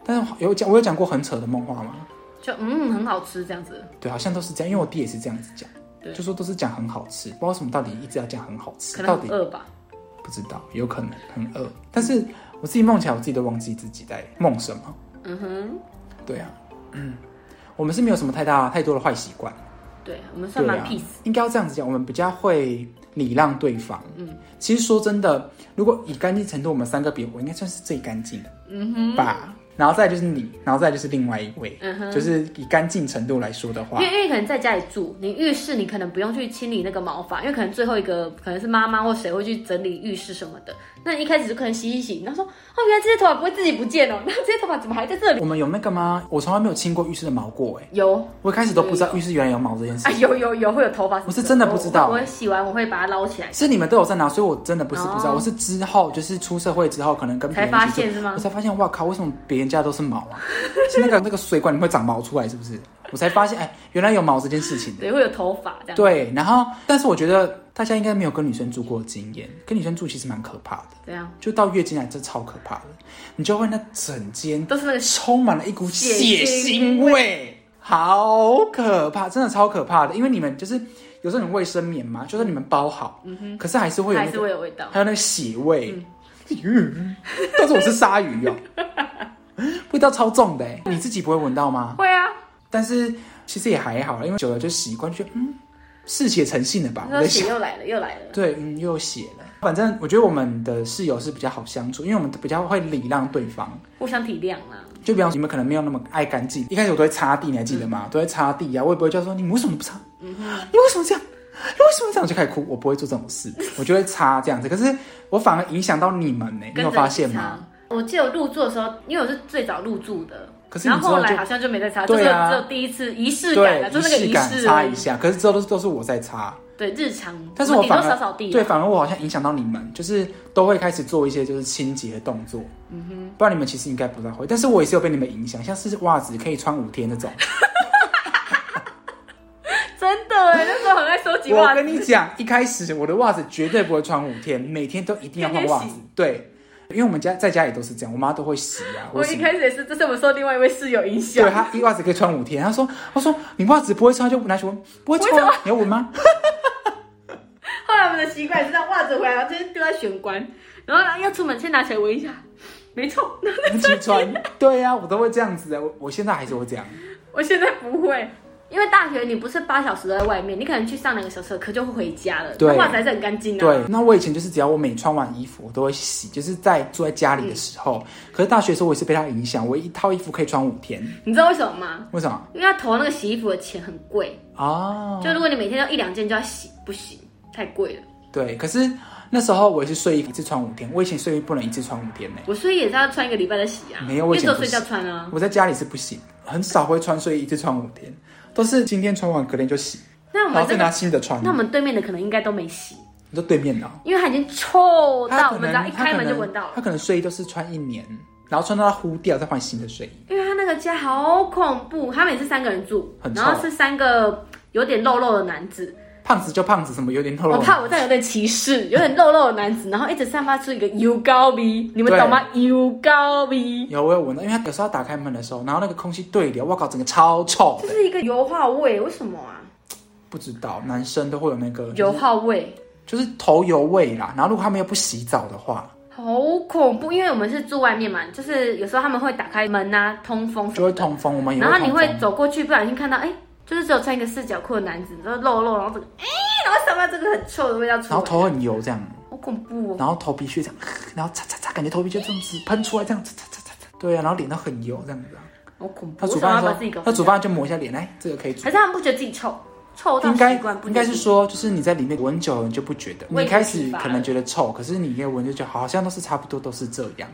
[SPEAKER 1] 但是有讲我有讲过很扯的梦话吗？
[SPEAKER 2] 就嗯很好吃这样子，
[SPEAKER 1] 对，好像都是这样，因为我弟也是这样子讲
[SPEAKER 2] 对，
[SPEAKER 1] 就说都是讲很好吃，不知道为什么到底一直要讲很好吃
[SPEAKER 2] 可，
[SPEAKER 1] 到
[SPEAKER 2] 能
[SPEAKER 1] 底
[SPEAKER 2] 很饿吧，
[SPEAKER 1] 不知道，有可能很饿。但是我自己梦起来，我自己都忘记自己在梦什么。
[SPEAKER 2] 嗯哼，
[SPEAKER 1] 对啊，嗯，我们是没有什么太大太多的坏习惯，
[SPEAKER 2] 对我们算
[SPEAKER 1] 对
[SPEAKER 2] 蛮
[SPEAKER 1] 啊
[SPEAKER 2] peace，，
[SPEAKER 1] 应该要这样子讲，我们比较会礼让对方。嗯，其实说真的，如果以干净程度，我们三个比，我应该算是最干净的
[SPEAKER 2] 嗯哼。
[SPEAKER 1] 吧。然后再来就是你，然后再来就是另外一位，
[SPEAKER 2] 嗯哼
[SPEAKER 1] 就是以干净程度来说的话
[SPEAKER 2] 因，为因为可能在家里住，你浴室你可能不用去清理那个毛发，因为可能最后一个可能是妈妈或谁会去整理浴室什么的。那你一开始就可能洗洗洗，然后说哦，原来这些头发不会自己不见哦，那这些头发怎么还在这里？
[SPEAKER 1] 我们有那个吗？我从来没有清过浴室的毛过、哎，
[SPEAKER 2] 有
[SPEAKER 1] 我一开始都不知道浴室原来有毛这件事
[SPEAKER 2] 啊，
[SPEAKER 1] 情，
[SPEAKER 2] 有有有会有头发什么，
[SPEAKER 1] 我是真的不知道
[SPEAKER 2] 我我我洗完我会把它捞起来，
[SPEAKER 1] 是你们都有在拿，所以我真的不是不知道，
[SPEAKER 2] 哦
[SPEAKER 1] 我是之后就是出社会之后，可能跟别
[SPEAKER 2] 才
[SPEAKER 1] 人
[SPEAKER 2] 发
[SPEAKER 1] 一起住
[SPEAKER 2] 现是吗
[SPEAKER 1] 我？才发现，哇靠，为什么别人家都是毛啊？ 是那个那个水管里面会长毛出来，是不是？我才发现，哎，原来有毛这件事情。
[SPEAKER 2] 对，会有头发这样。
[SPEAKER 1] 对，然后但是我觉得大家应该没有跟女生住过的经验，跟女生住其实蛮可怕的，
[SPEAKER 2] 怎样？
[SPEAKER 1] 就到月经来这超可怕的，你就会那整间
[SPEAKER 2] 都是那个
[SPEAKER 1] 充满了一股
[SPEAKER 2] 血
[SPEAKER 1] 血
[SPEAKER 2] 腥
[SPEAKER 1] 腥味，好可怕，真的超可怕的。因为你们就是有时候你们卫生棉嘛，就是你们包好，可是还是会有
[SPEAKER 2] 嗯还
[SPEAKER 1] 那
[SPEAKER 2] 是
[SPEAKER 1] 个，
[SPEAKER 2] 会嗯有味道。
[SPEAKER 1] 还有那个血味。 但是我是鲨鱼哦， 味道超重的欸，你自己不会闻到吗？
[SPEAKER 2] 会啊，
[SPEAKER 1] 但是其实也还好啦，因为久了就习惯，就觉得嗯，嗜血成性了吧？
[SPEAKER 2] 那
[SPEAKER 1] 我在
[SPEAKER 2] 说
[SPEAKER 1] 想
[SPEAKER 2] 血又来了，又来了。
[SPEAKER 1] 对，嗯，又写了。反正我觉得我们的室友是比较好相处，因为我们比较会礼让对方。
[SPEAKER 2] 互相体谅啊啦。
[SPEAKER 1] 就比方说你们可能没有那么爱干净，一开始我都会擦地，你还记得吗？
[SPEAKER 2] 嗯
[SPEAKER 1] 都会擦地啊，我也不会叫说你们为什么不擦，你为什么这样，你为什么这样就开始哭，我不会做这种事，我就会擦这样子。可是我反而影响到你们呢、你
[SPEAKER 2] 跟
[SPEAKER 1] 有
[SPEAKER 2] 着
[SPEAKER 1] 发现
[SPEAKER 2] 一起
[SPEAKER 1] 吗？
[SPEAKER 2] 唱？我记得我入住的时候，因为我是最早入住的，
[SPEAKER 1] 可是你
[SPEAKER 2] 然
[SPEAKER 1] 之
[SPEAKER 2] 后后
[SPEAKER 1] 后
[SPEAKER 2] 来
[SPEAKER 1] 就
[SPEAKER 2] 好像就没再擦，就
[SPEAKER 1] 对
[SPEAKER 2] 是
[SPEAKER 1] 啊
[SPEAKER 2] 只有第一次仪式感啊
[SPEAKER 1] 对
[SPEAKER 2] 了，就那个
[SPEAKER 1] 仪
[SPEAKER 2] 仪
[SPEAKER 1] 感
[SPEAKER 2] 式
[SPEAKER 1] 擦
[SPEAKER 2] 而已
[SPEAKER 1] 一下，可是之后都是都是我在擦，
[SPEAKER 2] 对日常，
[SPEAKER 1] 但是
[SPEAKER 2] 我
[SPEAKER 1] 我
[SPEAKER 2] 们顶
[SPEAKER 1] 反
[SPEAKER 2] 多
[SPEAKER 1] 而
[SPEAKER 2] 扫扫地，啊
[SPEAKER 1] 对，，反而我好像影响到你们，就是都会开始做一些就是清洁的动作。嗯哼，不然你们其实应该不太会，但是我也是有被你们影响，像是袜子可以穿五天那种。
[SPEAKER 2] 真的哎，那时候很爱收集
[SPEAKER 1] 我
[SPEAKER 2] 袜
[SPEAKER 1] 跟
[SPEAKER 2] 子，
[SPEAKER 1] 你讲，一开始我的袜子绝对不会穿五天，每天都一定要换袜
[SPEAKER 2] 天
[SPEAKER 1] 子
[SPEAKER 2] 天洗。
[SPEAKER 1] 对，因为我们家在家也都是这样，我妈都会洗啊。
[SPEAKER 2] 我
[SPEAKER 1] 洗
[SPEAKER 2] 一开始也是，这是我们受另外一位室友影响
[SPEAKER 1] 对，她一袜子可以穿五天，她说：“她说你袜子不会穿就拿去闻，不会
[SPEAKER 2] 不会
[SPEAKER 1] 穿啊你要闻吗？”
[SPEAKER 2] 后来我们的习惯是让袜子回来，然后就是丢在玄关，然后要出门先拿起来闻一下，没错，
[SPEAKER 1] 去穿。 对呀、我都会这样子的。啊我我现在还是会这样。
[SPEAKER 2] 我现在不会。因为大学你不是八小时都在外面，你可能去上两个小时的课就会回家了，
[SPEAKER 1] 对
[SPEAKER 2] 那袜子还是很干净的、啊。
[SPEAKER 1] 对，那我以前就是只要我每穿完衣服，我都会洗，就是在住在家里的时候。
[SPEAKER 2] 嗯
[SPEAKER 1] 可是大学的时候，我也是被他影响，我一套衣服可以穿五天。
[SPEAKER 2] 你知道为什么吗？
[SPEAKER 1] 为什么？
[SPEAKER 2] 因为要投那个洗衣服的钱很贵，
[SPEAKER 1] 哦，
[SPEAKER 2] 就如果你每天要一两件就要洗，不行，太贵了。
[SPEAKER 1] 对。可是那时候我也是睡衣一次穿五天，我以前睡衣不能一次穿五天呢、
[SPEAKER 2] 我睡衣也是要穿一个礼拜再洗啊，
[SPEAKER 1] 没有
[SPEAKER 2] 因
[SPEAKER 1] 我
[SPEAKER 2] 为
[SPEAKER 1] 以
[SPEAKER 2] 只
[SPEAKER 1] 前
[SPEAKER 2] 有
[SPEAKER 1] 不
[SPEAKER 2] 睡
[SPEAKER 1] 是
[SPEAKER 2] 觉穿啊。
[SPEAKER 1] 我在家里是不行，很少会穿睡衣一次穿五天，都是今天穿完隔天就洗，
[SPEAKER 2] 那我
[SPEAKER 1] 然后
[SPEAKER 2] 们
[SPEAKER 1] 再
[SPEAKER 2] 这
[SPEAKER 1] 拿嗯
[SPEAKER 2] 个，
[SPEAKER 1] 新的穿。
[SPEAKER 2] 那我们对面的可能应该都没洗，
[SPEAKER 1] 你说对面的哦、
[SPEAKER 2] 因为它已经臭
[SPEAKER 1] 他
[SPEAKER 2] 到
[SPEAKER 1] 可
[SPEAKER 2] 我们
[SPEAKER 1] 能
[SPEAKER 2] 只要一
[SPEAKER 1] 他
[SPEAKER 2] 开
[SPEAKER 1] 可
[SPEAKER 2] 门就
[SPEAKER 1] 能
[SPEAKER 2] 闻到了
[SPEAKER 1] 他。可能睡衣都是穿一年，然后穿到它糊掉再换新的睡衣。
[SPEAKER 2] 因为他那个家好恐怖，他们也是三个人住
[SPEAKER 1] 很，臭
[SPEAKER 2] 然后是三个有点肉肉的男子，
[SPEAKER 1] 胖子就胖子，什么有点透
[SPEAKER 2] 我
[SPEAKER 1] 露。
[SPEAKER 2] 怕我这样有点歧视，有点肉肉的男子，然后一直散发出一个油膏味，你们
[SPEAKER 1] 对
[SPEAKER 2] 懂吗？油膏味，
[SPEAKER 1] 有我有闻到，因为他有时候打开门的时候，然后那个空气对流，我靠，整个超臭
[SPEAKER 2] 这
[SPEAKER 1] 的。
[SPEAKER 2] 是一个油化味，为什么啊？
[SPEAKER 1] 不知道男生都会有那个
[SPEAKER 2] 油化味，
[SPEAKER 1] 就是头油味啦。然后如果他们又不洗澡的话，
[SPEAKER 2] 好恐怖，因为我们是住外面嘛，就是有时候他们会打开门啊，通风什
[SPEAKER 1] 就
[SPEAKER 2] 么
[SPEAKER 1] 会
[SPEAKER 2] 的，
[SPEAKER 1] 通风，我们也
[SPEAKER 2] 然
[SPEAKER 1] 会
[SPEAKER 2] 后
[SPEAKER 1] 通
[SPEAKER 2] 你
[SPEAKER 1] 风。
[SPEAKER 2] 会走过去，不小心看到，哎、就是只有穿一个四角裤的男子，然后露露，然后整个，哎、然后散发这个很臭的味道出
[SPEAKER 1] 然后
[SPEAKER 2] 来，
[SPEAKER 1] 头很油这样，
[SPEAKER 2] 好恐怖哦。
[SPEAKER 1] 然后头皮屑这样，然后擦擦擦，感觉头皮就这样子喷出来，这样擦擦擦擦擦。对啊，然后脸都很油这样子啊。
[SPEAKER 2] 好恐怖！
[SPEAKER 1] 他
[SPEAKER 2] 为
[SPEAKER 1] 煮
[SPEAKER 2] 什么
[SPEAKER 1] 饭
[SPEAKER 2] 要把
[SPEAKER 1] 的
[SPEAKER 2] 自己
[SPEAKER 1] 时
[SPEAKER 2] 搞
[SPEAKER 1] 候，他煮饭就抹一下脸，来，这个可以煮
[SPEAKER 2] 还。是他们不觉得自己臭，臭到
[SPEAKER 1] 应该
[SPEAKER 2] 习惯不
[SPEAKER 1] 应
[SPEAKER 2] 觉
[SPEAKER 1] 该
[SPEAKER 2] 得
[SPEAKER 1] 是
[SPEAKER 2] 自己
[SPEAKER 1] 说，就是你在里面闻久了，你就不觉得。你
[SPEAKER 2] 我已
[SPEAKER 1] 一
[SPEAKER 2] 经
[SPEAKER 1] 开始
[SPEAKER 2] 疲乏
[SPEAKER 1] 可
[SPEAKER 2] 了
[SPEAKER 1] 能觉得臭，可是你越闻就觉得好像都是差不多，都是这样。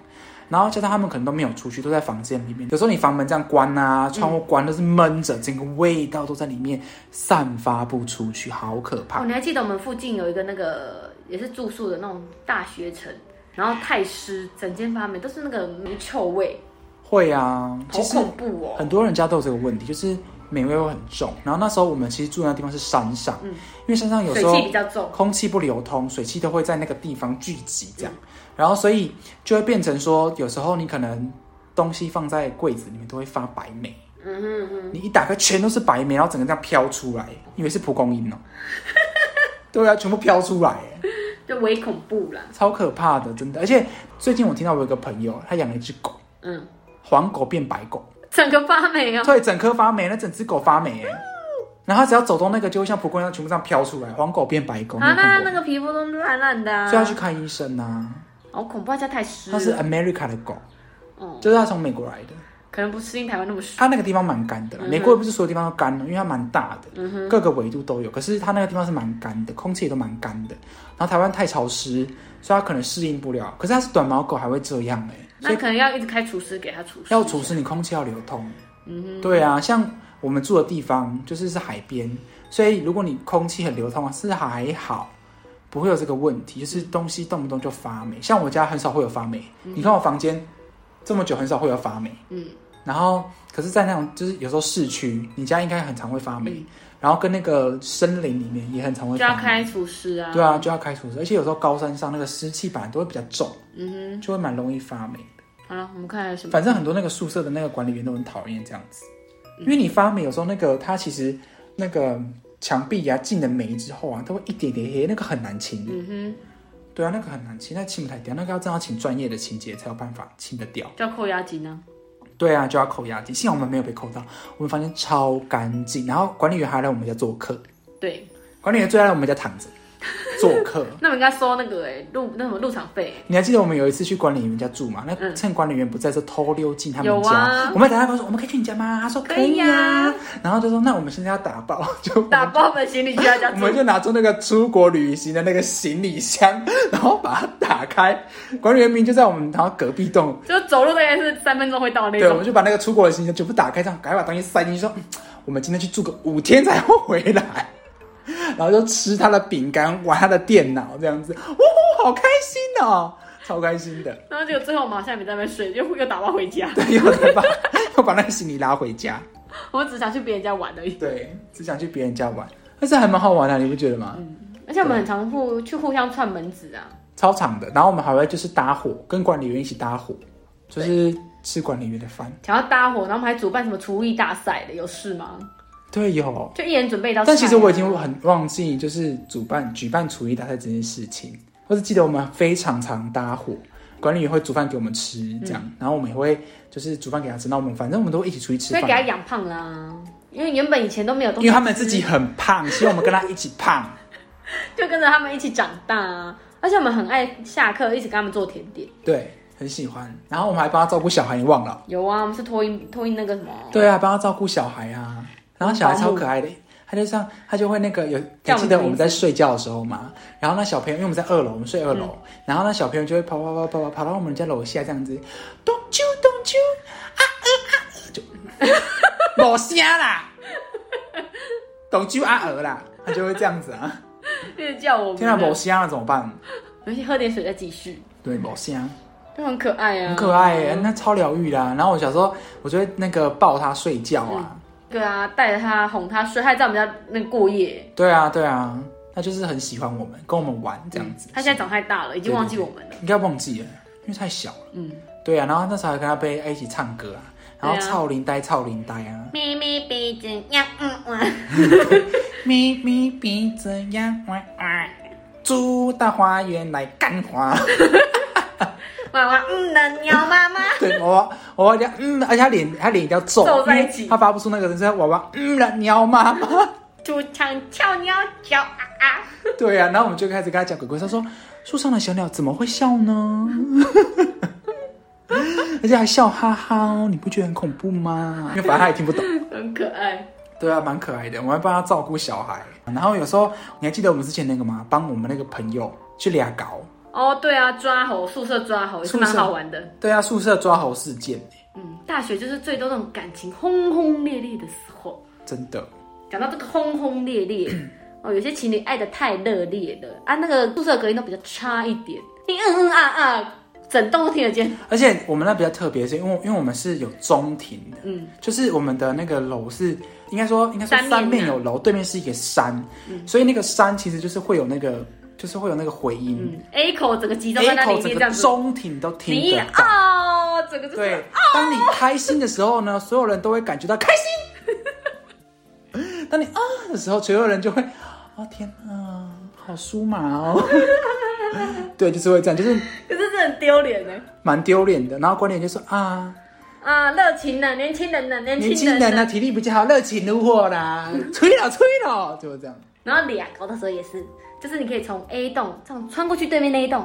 [SPEAKER 1] 然后加上他们可能都没有出去，都在房间里面。有时候你房门这样关啊，窗户关都是闷着，整个味道都在里面散发不出去，好可怕
[SPEAKER 2] 哦，。你还记得我们附近有一个那个也是住宿的那种大学城，然后太湿，整间房门都是那个霉臭味，
[SPEAKER 1] 会啊，
[SPEAKER 2] 好
[SPEAKER 1] 其实
[SPEAKER 2] 恐怖哦！
[SPEAKER 1] 很多人家都有这个问题，就是霉味会很重。然后那时候我们其实住的那地方是山上，因为山上有
[SPEAKER 2] 嗯水
[SPEAKER 1] 时候
[SPEAKER 2] 汽比较重，
[SPEAKER 1] 空气不流通，水汽都会在那个地方聚集，这样，然后所以就会变成说，有时候你可能东西放在柜子里面都会发白霉，
[SPEAKER 2] 嗯哼嗯
[SPEAKER 1] 你一打开全都是白霉，然后整个这样飘出来，以为是蒲公英哦、 对啊，全部飘出来，哎
[SPEAKER 2] 哼，就微恐怖啦。
[SPEAKER 1] 超可怕的，真的。而且最近我听到我有个朋友，他养了一只狗，
[SPEAKER 2] 嗯，
[SPEAKER 1] 黄狗变白狗，
[SPEAKER 2] 整个发霉 哦。
[SPEAKER 1] 对，整颗发霉，那整只狗发霉，哎然后它只要走动那个，就会像蒲公英一样全部这样飘出来，黄狗变白狗，你
[SPEAKER 2] 啊，
[SPEAKER 1] 有
[SPEAKER 2] 那
[SPEAKER 1] 看过
[SPEAKER 2] 那
[SPEAKER 1] 吗？
[SPEAKER 2] 个皮肤都烂烂的、啊
[SPEAKER 1] 所以，要去看医生啊。
[SPEAKER 2] 好恐怖，它家太湿
[SPEAKER 1] 它是
[SPEAKER 2] 了，
[SPEAKER 1] America 的狗，
[SPEAKER 2] 嗯，
[SPEAKER 1] 就是它从美国来的。
[SPEAKER 2] 可能不适应台湾那么湿。
[SPEAKER 1] 它那个地方蛮干的啦，
[SPEAKER 2] 嗯哼
[SPEAKER 1] 美国也不是所有地方都干的，因为它蛮大的，
[SPEAKER 2] 嗯哼，
[SPEAKER 1] 各个纬度都有。可是它那个地方是蛮干的，空气也都蛮干的。然后台湾太潮湿，所以它可能适应不了。可是它是短毛狗，还会这样哎、所
[SPEAKER 2] 那
[SPEAKER 1] 以
[SPEAKER 2] 可能要一直开除湿给它除湿。
[SPEAKER 1] 要除湿，你空气要流通。
[SPEAKER 2] 嗯哼，
[SPEAKER 1] 对啊，像我们住的地方就是是海边，所以如果你空气很流通啊，是还好，不会有这个问题，就是东西动不动就发霉。像我家很少会有发霉，你看我房间这么久很少会有发霉，
[SPEAKER 2] 嗯，
[SPEAKER 1] 然后可是，在那种就是有时候市区，你家应该很常会发霉，
[SPEAKER 2] 嗯
[SPEAKER 1] 然后跟那个森林里面也很常会
[SPEAKER 2] 就要
[SPEAKER 1] 发霉。
[SPEAKER 2] 开除湿啊。
[SPEAKER 1] 对啊，，就要开除湿，而且有时候高山上那个湿气本来都会比较重，
[SPEAKER 2] 嗯哼。
[SPEAKER 1] 就会蛮容易发霉。
[SPEAKER 2] 好了，我们看还有什么？
[SPEAKER 1] 反正很多那个宿舍的那个管理员都很讨厌这样子，因为你发霉有时候那个它其实那个墙壁啊呀、进了霉之后啊，它会一点点黑，那个很难清。
[SPEAKER 2] 嗯
[SPEAKER 1] 对啊，那个很难清，那清不太掉，那个要真的要请专业的清洁才有办法清得掉。
[SPEAKER 2] 哼，叫扣押金呢、
[SPEAKER 1] 对啊，就要扣押金，幸好我们没有被扣到，我们房间超干净，然后管理员还来我们家做客，
[SPEAKER 2] 对，
[SPEAKER 1] 管理员最爱来我们家躺着，做客。
[SPEAKER 2] 那我应该收那个哎、入那什么入场费、欸。
[SPEAKER 1] 你还记得我们有一次去管理员家住嘛？那
[SPEAKER 2] 嗯
[SPEAKER 1] 趁管理员不在的时候偷溜进他
[SPEAKER 2] 有
[SPEAKER 1] 们家，
[SPEAKER 2] 啊
[SPEAKER 1] 我们还打电话说我们可以去你家吗？他说
[SPEAKER 2] 可以
[SPEAKER 1] 以
[SPEAKER 2] 啊
[SPEAKER 1] 然后就说那我们现在要打包，就
[SPEAKER 2] 打包本行李去他家
[SPEAKER 1] 我
[SPEAKER 2] 住
[SPEAKER 1] 们，就拿出那个出国旅行的那个行李箱，然后把它打开，管理员明就在我们然后隔壁栋，
[SPEAKER 2] 就走路大概是三分钟会到那
[SPEAKER 1] 对，我们
[SPEAKER 2] 种。
[SPEAKER 1] 就把那个出国的行李箱全部打开，这样赶快把东西塞进去，说、嗯我们今天去住个五天才会回来，然后就吃他的饼干，玩他的电脑，这样子，哇，好开心哦，超开心的。
[SPEAKER 2] 然后结果最后我们好像也没在那边睡， 又又打包回家。
[SPEAKER 1] 对， 又能把又把那个行李拉回家，
[SPEAKER 2] 我们只想去别人家玩而已。
[SPEAKER 1] 对，只想去别人家玩，但是还蛮好玩的，你不觉得吗？
[SPEAKER 2] 而且我们很常互去互相串门子啊，
[SPEAKER 1] 超长的，然后我们还会就是搭伙，跟管理员一起搭伙，就是吃管理员的饭。
[SPEAKER 2] 想要搭伙，然后我们还主办什么厨艺大赛的，有事吗？
[SPEAKER 1] 对，有。
[SPEAKER 2] 就一人准备一道菜啊。
[SPEAKER 1] 但其实我已经很忘记，就是主办举办厨艺大赛这件事情。我只记得我们非常常搭伙，管理员会煮饭给我们吃，这
[SPEAKER 2] 嗯
[SPEAKER 1] 样，然后我们也会就是煮饭给他吃。那我们反正我们都会一起出去吃
[SPEAKER 2] 所以给他
[SPEAKER 1] 饭，
[SPEAKER 2] 养胖啦、啊因为原本以前都没有东
[SPEAKER 1] 因
[SPEAKER 2] 西吃，
[SPEAKER 1] 为他们自己很胖，希望我们跟他一起胖。
[SPEAKER 2] 就跟着他们一起长大啊。而且我们很爱下课一起跟他们做甜点，
[SPEAKER 1] 对，很喜欢。然后我们还帮他照顾小孩，你忘了？
[SPEAKER 2] 有啊，我们是托运托运那个什么，
[SPEAKER 1] 对啊，帮他照顾小孩啊。然后小孩超可爱的，他就像他就会那个有，你
[SPEAKER 2] 叫我们
[SPEAKER 1] 记得我们在睡觉的时候嘛？然后那小朋友，因为我们在二楼，我们睡二楼，
[SPEAKER 2] 嗯
[SPEAKER 1] 然后那小朋友就会跑跑跑跑跑跑到我们家楼下这样子，咚啾咚啾，啊呃啊呃，就某虾啦，咚啾啊鹅啦，他就会这样子啊。
[SPEAKER 2] 一直叫 我们。
[SPEAKER 1] 天啊，某虾了怎么办？
[SPEAKER 2] 我先喝点水再继续，
[SPEAKER 1] 对，某虾。
[SPEAKER 2] 就很可爱啊，
[SPEAKER 1] 很可爱、欸，那超疗愈的啊、然后我小时候，我就会那个抱他睡觉啊。
[SPEAKER 2] 对啊，带着他哄他睡，还在我们家那过夜。
[SPEAKER 1] 对啊，对啊，他就是很喜欢我们，跟我们玩这样子。
[SPEAKER 2] 他现在长太大了，已经忘记我们了。
[SPEAKER 1] 应该忘记了，因为太小了。
[SPEAKER 2] 嗯，
[SPEAKER 1] 对啊，然后那时候还跟他被一起唱歌啊，然后
[SPEAKER 2] 对啊
[SPEAKER 1] 操林呆操林呆啊，
[SPEAKER 2] 咪咪鼻子呀，嗯嗯。
[SPEAKER 1] 咪咪鼻子呀哇哇，猪到花园来干 花。
[SPEAKER 2] 娃娃嗯的鸟妈妈，
[SPEAKER 1] 对，娃娃娃娃这样嗯，而且他脸他脸一定要皱，
[SPEAKER 2] 皱在一起
[SPEAKER 1] 因为他发不出那个声，所以他娃娃嗯了喵妈妈。
[SPEAKER 2] 主场跳鸟叫啊啊！
[SPEAKER 1] 对啊，然后我们就开始跟他讲鬼故事。他说：“树上的小鸟怎么会笑呢？ 而且还笑哈哈哦，你不觉得很恐怖吗？因为反正他也听不懂。
[SPEAKER 2] 很可爱。
[SPEAKER 1] 对啊，蛮可爱的。我还帮他照顾小孩，然后有时候你还记得我们之前那个吗？帮我们那个朋友去俩搞。
[SPEAKER 2] 哦，对啊，抓猴，宿舍抓猴也是蛮
[SPEAKER 1] 宿舍
[SPEAKER 2] 好玩的。
[SPEAKER 1] 对啊，宿舍抓猴事件，
[SPEAKER 2] 嗯，大学就是最多那种感情轰轰烈烈的时候。
[SPEAKER 1] 真的。
[SPEAKER 2] 讲到这个轰轰烈烈，哦，有些情侣爱的太热烈了啊，那个宿舍隔音都比较差一点。你嗯嗯啊啊，整栋都听得见。
[SPEAKER 1] 而且我们那比较特别，是因为因为我们是有中庭的，
[SPEAKER 2] 嗯，
[SPEAKER 1] 就是我们的那个楼是应该说应该说
[SPEAKER 2] 三面啊嗯
[SPEAKER 1] 三面有楼，对面是一个山，所以那个山其实就是会有那个就是会有那个回音。
[SPEAKER 2] 嗯，A 口整个集中在
[SPEAKER 1] A
[SPEAKER 2] 那
[SPEAKER 1] 口
[SPEAKER 2] 里
[SPEAKER 1] 整
[SPEAKER 2] 面这
[SPEAKER 1] 个
[SPEAKER 2] 样子，
[SPEAKER 1] 中庭都听
[SPEAKER 2] 你一
[SPEAKER 1] 得到。
[SPEAKER 2] 哦，整个就是
[SPEAKER 1] 对，当你开心的时候呢，所有人都会感觉到开心； 当你啊的时候，所有人就会啊天啊，好舒麻哦。 对，就是会这样，就是
[SPEAKER 2] 可是这很丢脸呢。
[SPEAKER 1] 蛮丢脸的。然后管理员就说啊，
[SPEAKER 2] 啊，热情呢，年轻人呢，年
[SPEAKER 1] 年
[SPEAKER 2] 轻
[SPEAKER 1] 轻
[SPEAKER 2] 人
[SPEAKER 1] 人呢、体力比较好，热情如火 啦，吹了吹了，就是这样。
[SPEAKER 2] 然后俩高的时候也是，就是你可以从 A 栋这样穿过去对面那一栋，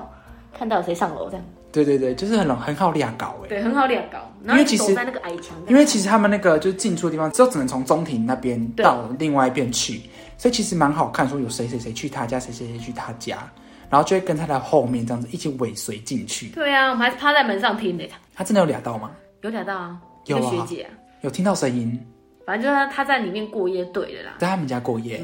[SPEAKER 2] 看到有谁上楼这样。
[SPEAKER 1] 对对对，就是很很好俩搞哎。
[SPEAKER 2] 对，很好俩高。
[SPEAKER 1] 因
[SPEAKER 2] 然后
[SPEAKER 1] 为
[SPEAKER 2] 你
[SPEAKER 1] 其
[SPEAKER 2] 走
[SPEAKER 1] 实
[SPEAKER 2] 在那个矮墙这样，
[SPEAKER 1] 因为其实他们那个就是进出的地方，就只能从中庭那边
[SPEAKER 2] 对
[SPEAKER 1] 到另外一边去，所以其实蛮好看，说有谁谁谁去他家，谁谁谁去他家，然后就会跟他的后面这样子一起尾随进去。
[SPEAKER 2] 对啊，我们还是趴在门上听的，
[SPEAKER 1] 他真的有俩到吗？
[SPEAKER 2] 有俩到啊，一
[SPEAKER 1] 有
[SPEAKER 2] 个
[SPEAKER 1] 啊
[SPEAKER 2] 学姐啊、
[SPEAKER 1] 有听到声音，
[SPEAKER 2] 反正就是他在里面过夜对的啦，嗯
[SPEAKER 1] 在他们家过夜。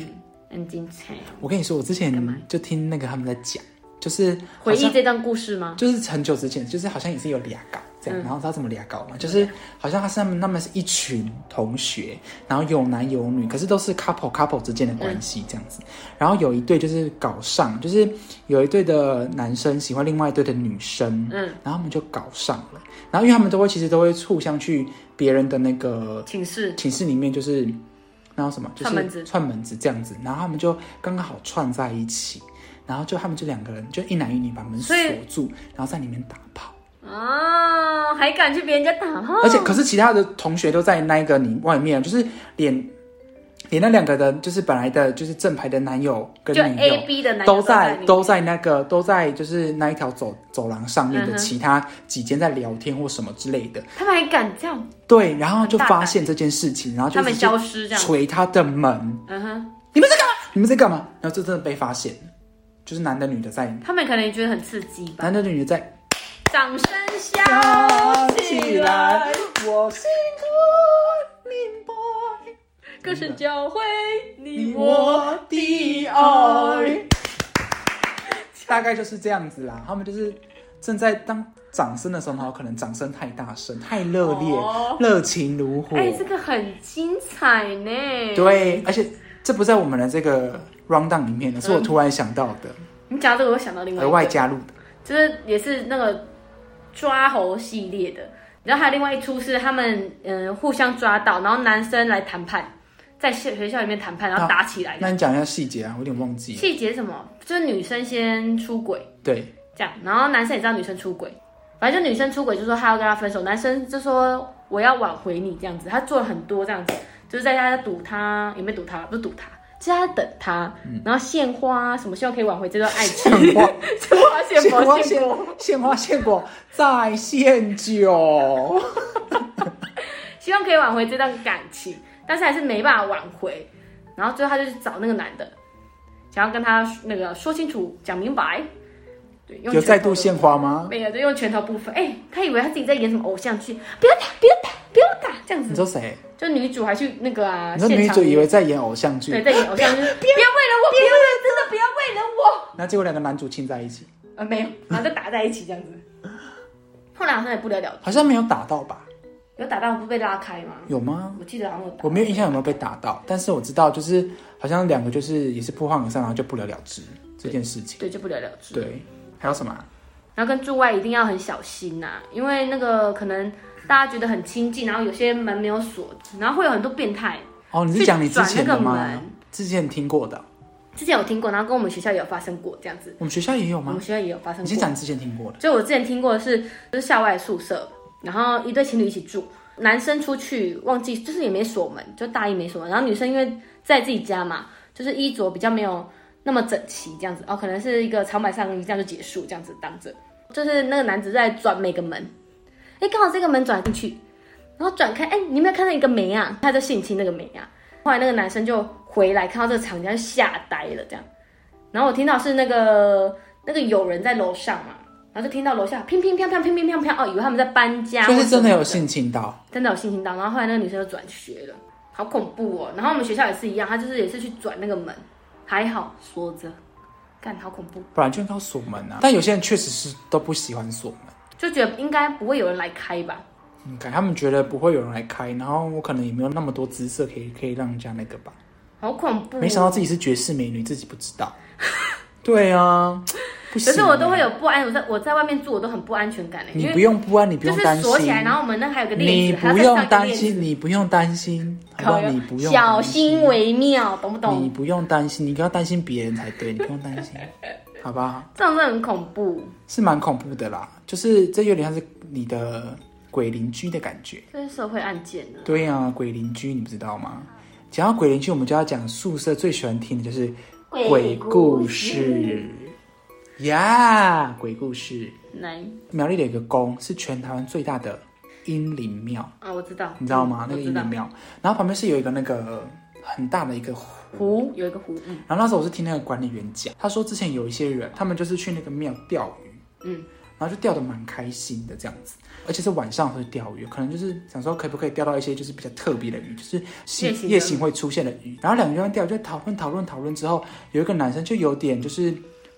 [SPEAKER 2] 很精彩。
[SPEAKER 1] 我跟你说，我之前就听那个他们在讲，就是好
[SPEAKER 2] 回忆
[SPEAKER 1] 像
[SPEAKER 2] 这段故事吗？嗯
[SPEAKER 1] 就是很久之前，就是好像也是有俩搞这样，然后他怎么俩搞嘛？就是好像他是他们他们是一群同学，然后有男有女，可是都是 couple couple 之间的关系这样
[SPEAKER 2] 嗯
[SPEAKER 1] 子。然后有一对就是搞上，就是有一对的男生喜欢另外一对的女生，
[SPEAKER 2] 嗯，
[SPEAKER 1] 然后他们就搞上了。然后因为他们都会其实都会互相去别人的那个
[SPEAKER 2] 寝室
[SPEAKER 1] 寝室里面，就是然后什么，就是
[SPEAKER 2] 串门子
[SPEAKER 1] 串门子这样子，然后他们就刚刚好串在一起，然后就他们就两个人就一男一女把门锁
[SPEAKER 2] 所以
[SPEAKER 1] 住，然后在里面打炮，
[SPEAKER 2] 啊，还敢去别人家打哈？
[SPEAKER 1] 而且可是其他的同学都在那个里外面，就是连连那两个人就是本来的就是正牌的男友跟
[SPEAKER 2] 就
[SPEAKER 1] 女友
[SPEAKER 2] A、B 的男友
[SPEAKER 1] 都在
[SPEAKER 2] 里面
[SPEAKER 1] 都在那个都在就是那一条走走廊上面
[SPEAKER 2] 嗯
[SPEAKER 1] 的
[SPEAKER 2] 哼
[SPEAKER 1] 其他几间在聊天或什么之类的，
[SPEAKER 2] 他们还敢这样，
[SPEAKER 1] 对，然后就
[SPEAKER 2] 很大胆
[SPEAKER 1] 发现这件事情，然后
[SPEAKER 2] 他
[SPEAKER 1] 就
[SPEAKER 2] 们
[SPEAKER 1] 是
[SPEAKER 2] 消失这样，
[SPEAKER 1] 捶他的门，
[SPEAKER 2] 嗯哼，
[SPEAKER 1] 你们在干嘛？你们在干嘛？然后这真的被发现了，就是男的女的在，
[SPEAKER 2] 他们可能也觉得很刺激吧。
[SPEAKER 1] 男的女的在
[SPEAKER 2] 掌声响起
[SPEAKER 1] 起
[SPEAKER 2] 来
[SPEAKER 1] 来，，我心中明白
[SPEAKER 2] 歌声教会你
[SPEAKER 1] 你
[SPEAKER 2] 我。
[SPEAKER 1] 我的爱。大概就是这样子啦，他们就是正在当掌声的时候，然后可能掌声太大声、太热烈
[SPEAKER 2] 哦、
[SPEAKER 1] 热、情如火。
[SPEAKER 2] 哎、这个很精彩呢。，
[SPEAKER 1] 对，而且这不在我们的这个 round down 里面的，是我突然想到的，
[SPEAKER 2] 你讲到这个，我想到另外一
[SPEAKER 1] 额
[SPEAKER 2] 个
[SPEAKER 1] 外加入的。
[SPEAKER 2] 就是也是那个抓猴系列的。然后还有另外一出是他们嗯、呃互相抓到，然后男生来谈判，在学学校里面谈判，然后打起来。
[SPEAKER 1] 那你讲一下细节啊，我有点忘记了。
[SPEAKER 2] 细节是什么？就是女生先出轨
[SPEAKER 1] 对，
[SPEAKER 2] 这样，然后男生也知道女生出轨，反正就女生出轨就说他要跟她分手，男生就说我要挽回你这样子。他做了很多这样子，就是在家堵他，有没有堵他？不是堵他，就是他在等他，然后献花啊什么，希望可以挽回这段爱情。
[SPEAKER 1] 嗯献 花，
[SPEAKER 2] 献
[SPEAKER 1] 现花
[SPEAKER 2] 花，献佛，献
[SPEAKER 1] 现
[SPEAKER 2] 佛。
[SPEAKER 1] 现花现果再现酒，
[SPEAKER 2] 希望可以挽回这段感情，但是还是没办法挽回。然后最后他就去找那个男的，想要跟他那个说清楚、讲明白。对，用
[SPEAKER 1] 有
[SPEAKER 2] 拳头
[SPEAKER 1] 再度献花吗？
[SPEAKER 2] 没有，就用拳头部分。哎、他以为他自己在演什么偶像剧，不要打，不要打，不要打，这样
[SPEAKER 1] 你
[SPEAKER 2] 子。
[SPEAKER 1] 说谁？
[SPEAKER 2] 就女主还去那个啊，
[SPEAKER 1] 你说
[SPEAKER 2] 现
[SPEAKER 1] 女
[SPEAKER 2] 场
[SPEAKER 1] 主以为啊在演偶像剧，
[SPEAKER 2] 对在演偶像剧，不要为了我，不要为了真的不要为了我。
[SPEAKER 1] 然后结果两个男主亲在一起，
[SPEAKER 2] 呃，没有，然后就打在一起这样子。后来好像也不了了之，
[SPEAKER 1] 好像没有打到吧？
[SPEAKER 2] 有打到不被拉开吗？
[SPEAKER 1] 有吗？
[SPEAKER 2] 我记得好像有打。
[SPEAKER 1] 我没有印象有没有被打到，但是我知道就是好像两个就是也是破坏而上，然后就不了了之这件事情。
[SPEAKER 2] 对，就不了了之。
[SPEAKER 1] 对，还有什么啊？
[SPEAKER 2] 然后跟住外一定要很小心呐、因为那个可能大家觉得很亲近，然后有些门没有锁，然后会有很多变态。
[SPEAKER 1] 哦，你是哦讲你之前的
[SPEAKER 2] 去转那个
[SPEAKER 1] 吗
[SPEAKER 2] 门？
[SPEAKER 1] 之前听过的，
[SPEAKER 2] 之前有听过，然后跟我们学校也有发生过这样子，
[SPEAKER 1] 我们学校也有
[SPEAKER 2] 我
[SPEAKER 1] 吗
[SPEAKER 2] 们？学校也有发生
[SPEAKER 1] 你
[SPEAKER 2] 过
[SPEAKER 1] 先。讲你之前嗯听过的。
[SPEAKER 2] 就我之前听过的是，就是校外宿舍，然后一对情侣一起住，男生出去忘记，就是也没锁门，就大衣没锁门，然后女生因为在自己家嘛，就是衣着比较没有那么整齐这样子，哦，可能是一个长版上衣这样就结束这样子当着，就是那个男子在转每个门，哎，刚好这个门转进去，然后转开，哎，你有没有看到一个梅啊？他就性侵那个梅啊，后来那个男生就回来看到这个场景，他就吓呆了这样，然后我听到是那个那个有人在楼上嘛。然后就听到楼下乒乒乓乓、乒乒乓乓，哦，以为他们在搬家，
[SPEAKER 1] 就是真的
[SPEAKER 2] 或
[SPEAKER 1] 有
[SPEAKER 2] 者什
[SPEAKER 1] 性
[SPEAKER 2] 么
[SPEAKER 1] 侵到，
[SPEAKER 2] 真的有性侵到，然后后来那个女生就转学了，好恐怖哦。然后我们学校也是一样，她就是也是去转那个门，还好锁着，干好恐怖，
[SPEAKER 1] 本来就应该要锁门啊。但有些人确实是都不喜欢锁门，
[SPEAKER 2] 就觉得应该不会有人来开吧。
[SPEAKER 1] 应该他们嗯觉得不会有人来开，然后我可能也没有那么多姿色可以可以让人家那个吧。
[SPEAKER 2] 好恐怖！
[SPEAKER 1] 没想到自己是绝世美女，自己不知 道。对啊，不行
[SPEAKER 2] 可
[SPEAKER 1] 欸。
[SPEAKER 2] 是我都会有不安，我在我在外面住，我都很不安全感的、欸
[SPEAKER 1] 你
[SPEAKER 2] 因
[SPEAKER 1] 不
[SPEAKER 2] 为
[SPEAKER 1] 用不安，你不
[SPEAKER 2] 就
[SPEAKER 1] 用
[SPEAKER 2] 是
[SPEAKER 1] 担心。
[SPEAKER 2] 锁起来，然后我们那还有个
[SPEAKER 1] 你
[SPEAKER 2] 链子，还要
[SPEAKER 1] 不
[SPEAKER 2] 再上
[SPEAKER 1] 用
[SPEAKER 2] 一个
[SPEAKER 1] 担
[SPEAKER 2] 链子，
[SPEAKER 1] 心，你不用担心，好不
[SPEAKER 2] 靠
[SPEAKER 1] 好？
[SPEAKER 2] 腰
[SPEAKER 1] 你不用
[SPEAKER 2] 小
[SPEAKER 1] 担
[SPEAKER 2] 心为妙，懂不
[SPEAKER 1] 你
[SPEAKER 2] 懂？
[SPEAKER 1] 不用担心，你应该要担心别人才对，你不用担心， 好不好？
[SPEAKER 2] 这种真的很恐怖，
[SPEAKER 1] 是蛮恐怖的啦，就是这有点像是你的鬼邻居的感觉。
[SPEAKER 2] 这是社会案件呢、
[SPEAKER 1] 对呀、啊，鬼邻居你不知道吗？讲到鬼邻居，我们就要讲宿舍最喜欢听的就是鬼故事，呀鬼故事。
[SPEAKER 2] 来
[SPEAKER 1] 苗栗的有一个宫是全台湾最大的阴灵庙，
[SPEAKER 2] 啊，我知道，
[SPEAKER 1] 你知道吗？那
[SPEAKER 2] 我
[SPEAKER 1] 个
[SPEAKER 2] 知
[SPEAKER 1] 阴
[SPEAKER 2] 道
[SPEAKER 1] 灵庙，然后旁边是有一个那个很大的一个湖。
[SPEAKER 2] 湖有一个湖，嗯。
[SPEAKER 1] 然后那时候我是听那个管理员讲，他说之前有一些人，他们就是去那个庙钓鱼，
[SPEAKER 2] 嗯，
[SPEAKER 1] 然后就钓得蛮开心的这样子，而且是晚上会钓鱼，可能就是想说可不可以钓到一些就是比较特别的鱼，就是
[SPEAKER 2] 夜行的
[SPEAKER 1] 夜行会出现的鱼。然后两个人在钓，就讨论讨论讨论之后，有一个男生就有点就是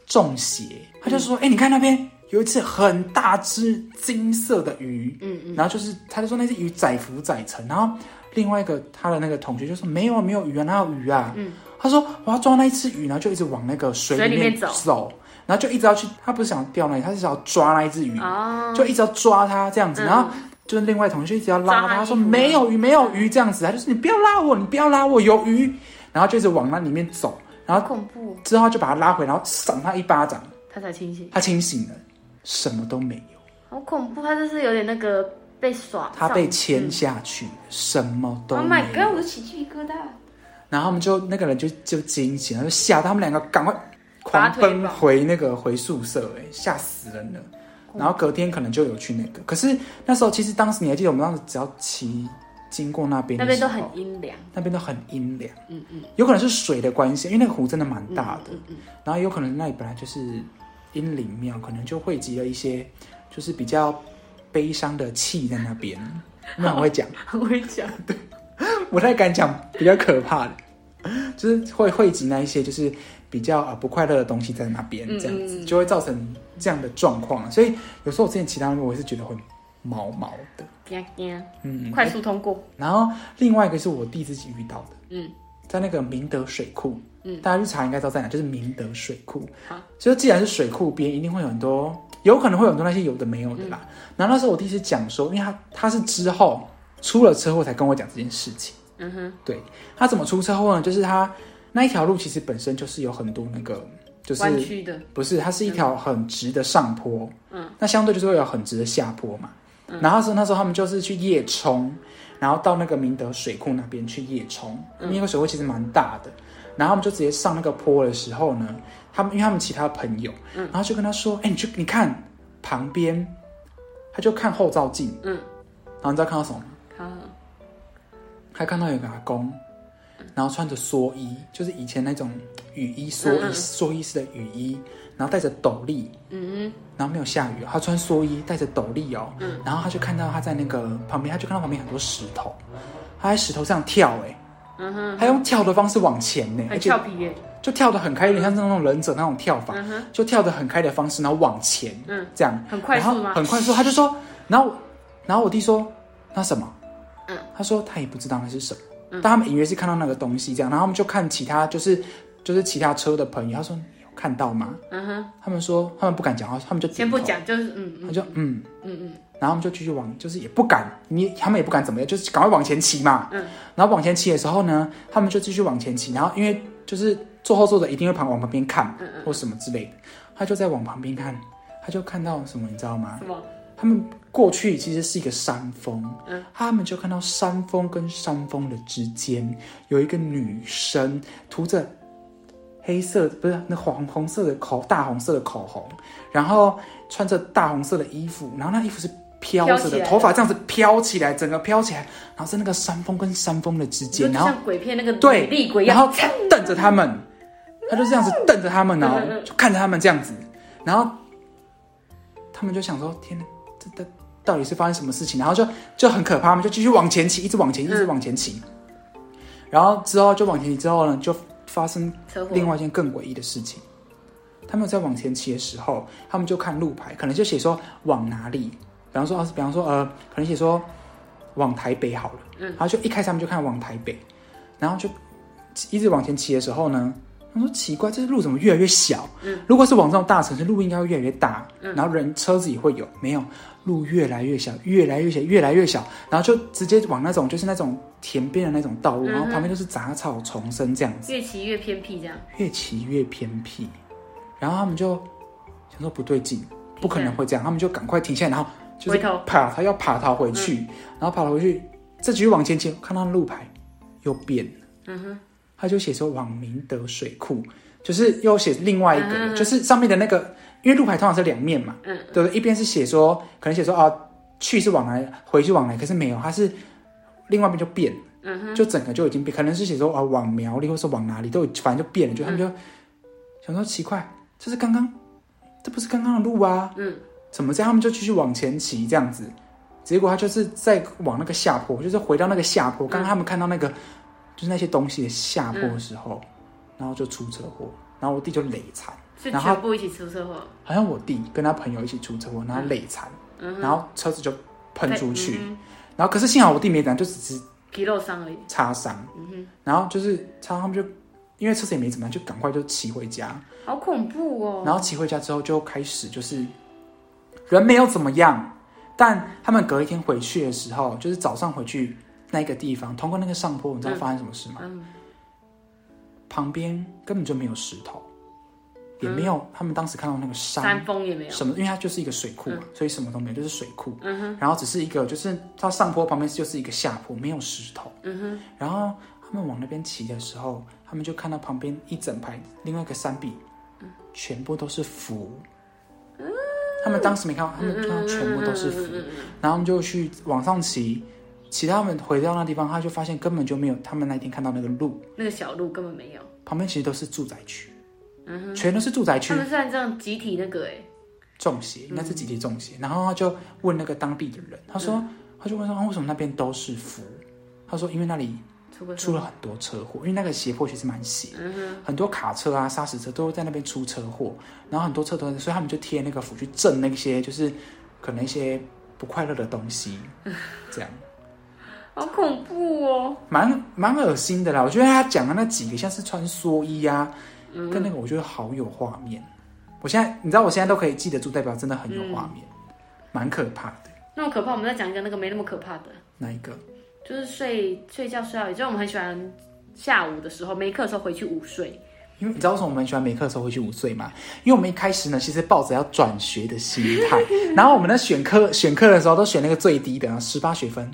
[SPEAKER 1] 中邪，他就说：“哎、你看那边有一只很大只金色的鱼。”
[SPEAKER 2] 嗯
[SPEAKER 1] 嗯，然后就是他就说那只鱼载浮载沉，然后另外一个他的那个同学就说：“没有啊，没有鱼啊，哪有鱼啊？”嗯，他说：“我要抓那一只鱼。”然后就一直往那个水
[SPEAKER 2] 水里
[SPEAKER 1] 里
[SPEAKER 2] 面走
[SPEAKER 1] 然后就一直要去，他不是想钓那里，他是想要抓那一只鱼，
[SPEAKER 2] 哦，
[SPEAKER 1] 就一直要抓它嗯这样子，
[SPEAKER 2] 嗯
[SPEAKER 1] 然后。就是另外同学一直要拉
[SPEAKER 2] 抓他
[SPEAKER 1] 他，他说
[SPEAKER 2] 衣服吗
[SPEAKER 1] 没有鱼，没有鱼这样子，他就是你不要拉我，你不要拉我，有鱼，然后就一直往那里面走，然
[SPEAKER 2] 好
[SPEAKER 1] 后
[SPEAKER 2] 恐怖哦，
[SPEAKER 1] 之后就把他拉回，然后赏他一巴掌，
[SPEAKER 2] 他才清醒，
[SPEAKER 1] 他清醒了，什么都没有，
[SPEAKER 2] 好恐怖，他就是有点那个被耍上，
[SPEAKER 1] 他被牵下去，什么都
[SPEAKER 2] Oh
[SPEAKER 1] 没
[SPEAKER 2] my
[SPEAKER 1] 有。
[SPEAKER 2] god！我起鸡皮疙瘩。
[SPEAKER 1] 然后他们就那个人就就惊醒，他就吓到他们两个赶快
[SPEAKER 2] 拔
[SPEAKER 1] 狂
[SPEAKER 2] 腿
[SPEAKER 1] 奔
[SPEAKER 2] 吧
[SPEAKER 1] 回那个回宿舍、哎，吓死人了。然后隔天可能就有去那个，可是那时候其实当时你还记得我们当时只要骑经过那边
[SPEAKER 2] 那
[SPEAKER 1] 的
[SPEAKER 2] 边
[SPEAKER 1] 时
[SPEAKER 2] 都
[SPEAKER 1] 候，
[SPEAKER 2] 很阴凉，
[SPEAKER 1] 那边都很阴凉，
[SPEAKER 2] 嗯嗯，
[SPEAKER 1] 有可能是水的关系，因为那个湖真的蛮大 的，
[SPEAKER 2] 嗯嗯嗯
[SPEAKER 1] 然后有可能那里本来就是阴灵庙，可能就汇集了一些就是比较悲伤的气在那边。那我会讲，
[SPEAKER 2] 很会讲，
[SPEAKER 1] 不太敢讲比较可怕的，就是会汇集那一些就是比较啊不快乐的东西在那边，
[SPEAKER 2] 嗯
[SPEAKER 1] 这样
[SPEAKER 2] 嗯
[SPEAKER 1] 子
[SPEAKER 2] 嗯
[SPEAKER 1] 就会造成这样的状况。所以有时候我之前骑到那边，我也是觉得会毛毛的，
[SPEAKER 2] 惊惊，
[SPEAKER 1] 嗯。
[SPEAKER 2] 快速通过，
[SPEAKER 1] 然后另外一个是我弟自己遇到的，
[SPEAKER 2] 嗯，
[SPEAKER 1] 在那个明德水库，
[SPEAKER 2] 嗯
[SPEAKER 1] 大家去查应该知道在哪，就是明德水库。
[SPEAKER 2] 好，
[SPEAKER 1] 就既然是水库边，一定会有很多，有可能会有很多那些有的没有的啦。
[SPEAKER 2] 嗯
[SPEAKER 1] 然后那时候我弟是讲说，因为他他是之后出了车祸才跟我讲这件事情。
[SPEAKER 2] 嗯哼，
[SPEAKER 1] 对他怎么出车祸呢？就是他那一条路其实本身就是有很多那个，就是
[SPEAKER 2] 弯曲的，
[SPEAKER 1] 不是，它是一条很直的上坡，
[SPEAKER 2] 嗯，
[SPEAKER 1] 那相对就是会有很直的下坡嘛。然后是那时候他们就是去夜冲，然后到那个明德水库那边去夜冲，
[SPEAKER 2] 嗯
[SPEAKER 1] 因为那个水库其实蛮大的。然后他们就直接上那个坡的时候呢，他们因为他们其他朋友，
[SPEAKER 2] 嗯
[SPEAKER 1] 然后就跟他说：“哎、你去你看旁边。”他就看后照镜，
[SPEAKER 2] 嗯，
[SPEAKER 1] 然后你知道看到什么吗？
[SPEAKER 2] 好，
[SPEAKER 1] 还看到有个阿公，然后穿着蓑衣，就是以前那种雨衣蓑
[SPEAKER 2] 嗯嗯
[SPEAKER 1] 衣蓑衣式的雨衣，然后戴着斗笠，
[SPEAKER 2] 嗯
[SPEAKER 1] 然后没有下雨哦，他穿蓑衣，戴着斗笠哦，
[SPEAKER 2] 嗯
[SPEAKER 1] 然后他就看到他在那个旁边，他就看到旁边很多石头，他在石头上跳、欸，
[SPEAKER 2] 哼，嗯哎哼，
[SPEAKER 1] 他用跳的方式往前呢、而
[SPEAKER 2] 很
[SPEAKER 1] 且
[SPEAKER 2] 俏皮耶，
[SPEAKER 1] 就跳得很开，有点像那种忍者那种跳法，
[SPEAKER 2] 嗯哼，
[SPEAKER 1] 就跳得很开的方式，然后往前，
[SPEAKER 2] 嗯，
[SPEAKER 1] 这样
[SPEAKER 2] 很快速
[SPEAKER 1] 然后
[SPEAKER 2] 吗？
[SPEAKER 1] 很快速，他就说，然后然后我弟说那什么，
[SPEAKER 2] 嗯，
[SPEAKER 1] 他说他也不知道那是什么，
[SPEAKER 2] 嗯
[SPEAKER 1] 但他们隐约是看到那个东西这样，然后他们就看其他就是就是其他车的朋友，他说你有看到吗？
[SPEAKER 2] 嗯哼，
[SPEAKER 1] 他们说他们不敢讲话，他们就点
[SPEAKER 2] 先不
[SPEAKER 1] 头，
[SPEAKER 2] 讲，就是嗯
[SPEAKER 1] 他
[SPEAKER 2] 嗯
[SPEAKER 1] 就嗯。
[SPEAKER 2] 嗯嗯，
[SPEAKER 1] 然后他们就继续往，就是也不敢，你他们也不敢怎么样，就是赶快往前骑嘛。
[SPEAKER 2] 嗯。
[SPEAKER 1] 然后往前骑的时候呢，他们就继续往前骑，然后因为就是坐后座的一定会旁往旁边看，
[SPEAKER 2] 嗯
[SPEAKER 1] 或什么之类的，他就在往旁边看，他就看到什么，你知道吗？
[SPEAKER 2] 什么？
[SPEAKER 1] 他们过去其实是一个山峰，
[SPEAKER 2] 嗯
[SPEAKER 1] 他们就看到山峰跟山峰的之间有一个女生涂着黑色不是那黄红色的口大红色的口红，然后穿着大红色的衣服，然后那衣服是飘
[SPEAKER 2] 飘
[SPEAKER 1] 着
[SPEAKER 2] 起
[SPEAKER 1] 的，
[SPEAKER 2] 来的
[SPEAKER 1] 头发这样子飘起来，整个飘起来，然后在那个山峰跟山峰的之
[SPEAKER 2] 就
[SPEAKER 1] 间，然后
[SPEAKER 2] 像鬼片那个
[SPEAKER 1] 对
[SPEAKER 2] 厉鬼一
[SPEAKER 1] 然
[SPEAKER 2] 样，
[SPEAKER 1] 后瞪着他们，他就这样子瞪着他们哦
[SPEAKER 2] 嗯嗯，嗯
[SPEAKER 1] 就看着他们这样子，然后他们就想说：天哪，这这到底是发生什么事情？然后就就很可怕，他们就继续往前骑，一直往前，一
[SPEAKER 2] 嗯
[SPEAKER 1] 直往前骑。然后之后就往前骑之后呢，就发生
[SPEAKER 2] 车祸，
[SPEAKER 1] 另外一件更诡异的事情。他们在往前骑的时候，他们就看路牌，可能就写说往哪里，比方说，啊比方说，呃，可能写说往台北好了，
[SPEAKER 2] 嗯
[SPEAKER 1] 然后就一开始他们就看往台北，然后就一直往前骑的时候呢，他说奇怪，这路怎么越来越小？
[SPEAKER 2] 嗯，
[SPEAKER 1] 如果是往这种大城市，路应该会越来越大，
[SPEAKER 2] 嗯
[SPEAKER 1] 然后人车子也会有，没有路越来越小，越来越小，越来越小，然后就直接往那种就是那种田边的那种道路，然后
[SPEAKER 2] 嗯哼
[SPEAKER 1] 旁边就是杂草丛生这样子。
[SPEAKER 2] 越骑越偏僻这样，
[SPEAKER 1] 越骑越偏僻，然后他们就想说不对劲，不可能会这样，他们就赶快停下来，然后就
[SPEAKER 2] 嗯回
[SPEAKER 1] 是
[SPEAKER 2] 头嗯
[SPEAKER 1] 爬，他要爬逃回去，然后爬回去，再继续往前骑，看到路牌又变了，
[SPEAKER 2] 嗯哼，
[SPEAKER 1] 他就写说往明德水库，就是又写另外一个，
[SPEAKER 2] 嗯
[SPEAKER 1] 就是上面的那个，因为路牌通常是两面嘛，
[SPEAKER 2] 嗯，
[SPEAKER 1] 对不对？一边是写说可能写说啊去是往来，回去往来，可是没有，它是另外一边就变了。
[SPEAKER 2] 嗯哼，
[SPEAKER 1] 就整个就已经变，可能是写说啊往苗栗或是往哪里都有，反正就变了，
[SPEAKER 2] 嗯
[SPEAKER 1] 就他们就想说奇怪，这是刚刚，这不是刚刚的路啊，
[SPEAKER 2] 嗯，
[SPEAKER 1] 怎么这样？他们就继续往前骑这样子，结果他就是在往那个下坡，就是回到那个下坡，刚
[SPEAKER 2] 嗯
[SPEAKER 1] 刚他们看到那个就是那些东西的下坡的时候，然后就出车祸，然后我弟就累惨，
[SPEAKER 2] 是
[SPEAKER 1] 然后
[SPEAKER 2] 全部一起出车祸，
[SPEAKER 1] 好像我弟跟他朋友一起出车祸，然后累惨，
[SPEAKER 2] 嗯哼，
[SPEAKER 1] 然后车子就喷出去，
[SPEAKER 2] 嗯哼
[SPEAKER 1] 然后可是幸好我弟没怎样，就只是
[SPEAKER 2] 皮肉伤而已，
[SPEAKER 1] 擦伤。
[SPEAKER 2] 嗯哼。
[SPEAKER 1] 然后就是他他们就因为车子也没怎么样，就赶快就骑回家。
[SPEAKER 2] 好恐怖哦！
[SPEAKER 1] 然后骑回家之后就开始就是人没有怎么样，但他们隔一天回去的时候，就是早上回去那个地方，通过那个上坡，你知道发生什么事吗？
[SPEAKER 2] 嗯，
[SPEAKER 1] 旁边根本就没有石头，也没有他们当时看到那个山。
[SPEAKER 2] 嗯山峰也没有，
[SPEAKER 1] 什么？因为它就是一个水库嘛，啊所以什么都没有，就是水库。
[SPEAKER 2] 嗯
[SPEAKER 1] 然后只是一个，就是它上坡旁边就是一个下坡，没有石头。
[SPEAKER 2] 嗯哼，
[SPEAKER 1] 然后他们往那边骑的时候，他们就看到旁边一整排另外一个山壁，
[SPEAKER 2] 嗯
[SPEAKER 1] 全部都是符。他们当时没看到，他
[SPEAKER 2] 嗯
[SPEAKER 1] 们看到全部都是符，然后他们就去往上骑，骑到他们回到那地方，他就发现根本就没有他们那天看到那个路，
[SPEAKER 2] 那个小路根本没有。
[SPEAKER 1] 旁边其实都是住宅区，全都是住宅区
[SPEAKER 2] 他，们虽然这样集体那个哎、
[SPEAKER 1] 中邪，应该是集体中邪。然后他就问那个当地的人，他说，他就问说、啊为什么那边都是符？他说因为那里
[SPEAKER 2] 出个嗯
[SPEAKER 1] 出了很多车祸，因为那个斜坡其实蛮斜，很多卡车啊、砂石车都在那边出车祸，然后很多车都，所以他们就贴那个符去镇那些就是可能一些不快乐的东西，这样
[SPEAKER 2] 好恐怖哦！
[SPEAKER 1] 蛮蛮恶心的啦。我觉得他讲的那几个像是穿蓑衣啊，跟那个我觉得好有画面。我现在你知道我现在都可以记得住，代表真的很有画面，蛮可怕的
[SPEAKER 2] 那么可怕，我们再讲一个那个没那么可怕的，
[SPEAKER 1] 那一个。
[SPEAKER 2] 就是睡睡觉睡到，也就是我们很喜欢下午的时候没课的时候回去午睡。
[SPEAKER 1] 因为你知道为什么我们很喜欢没课的时候会去午睡吗？因为我们一开始呢，其实抱着要转学的心态，然后我们在选课选课的时候都选那个最低的，啊十八学分，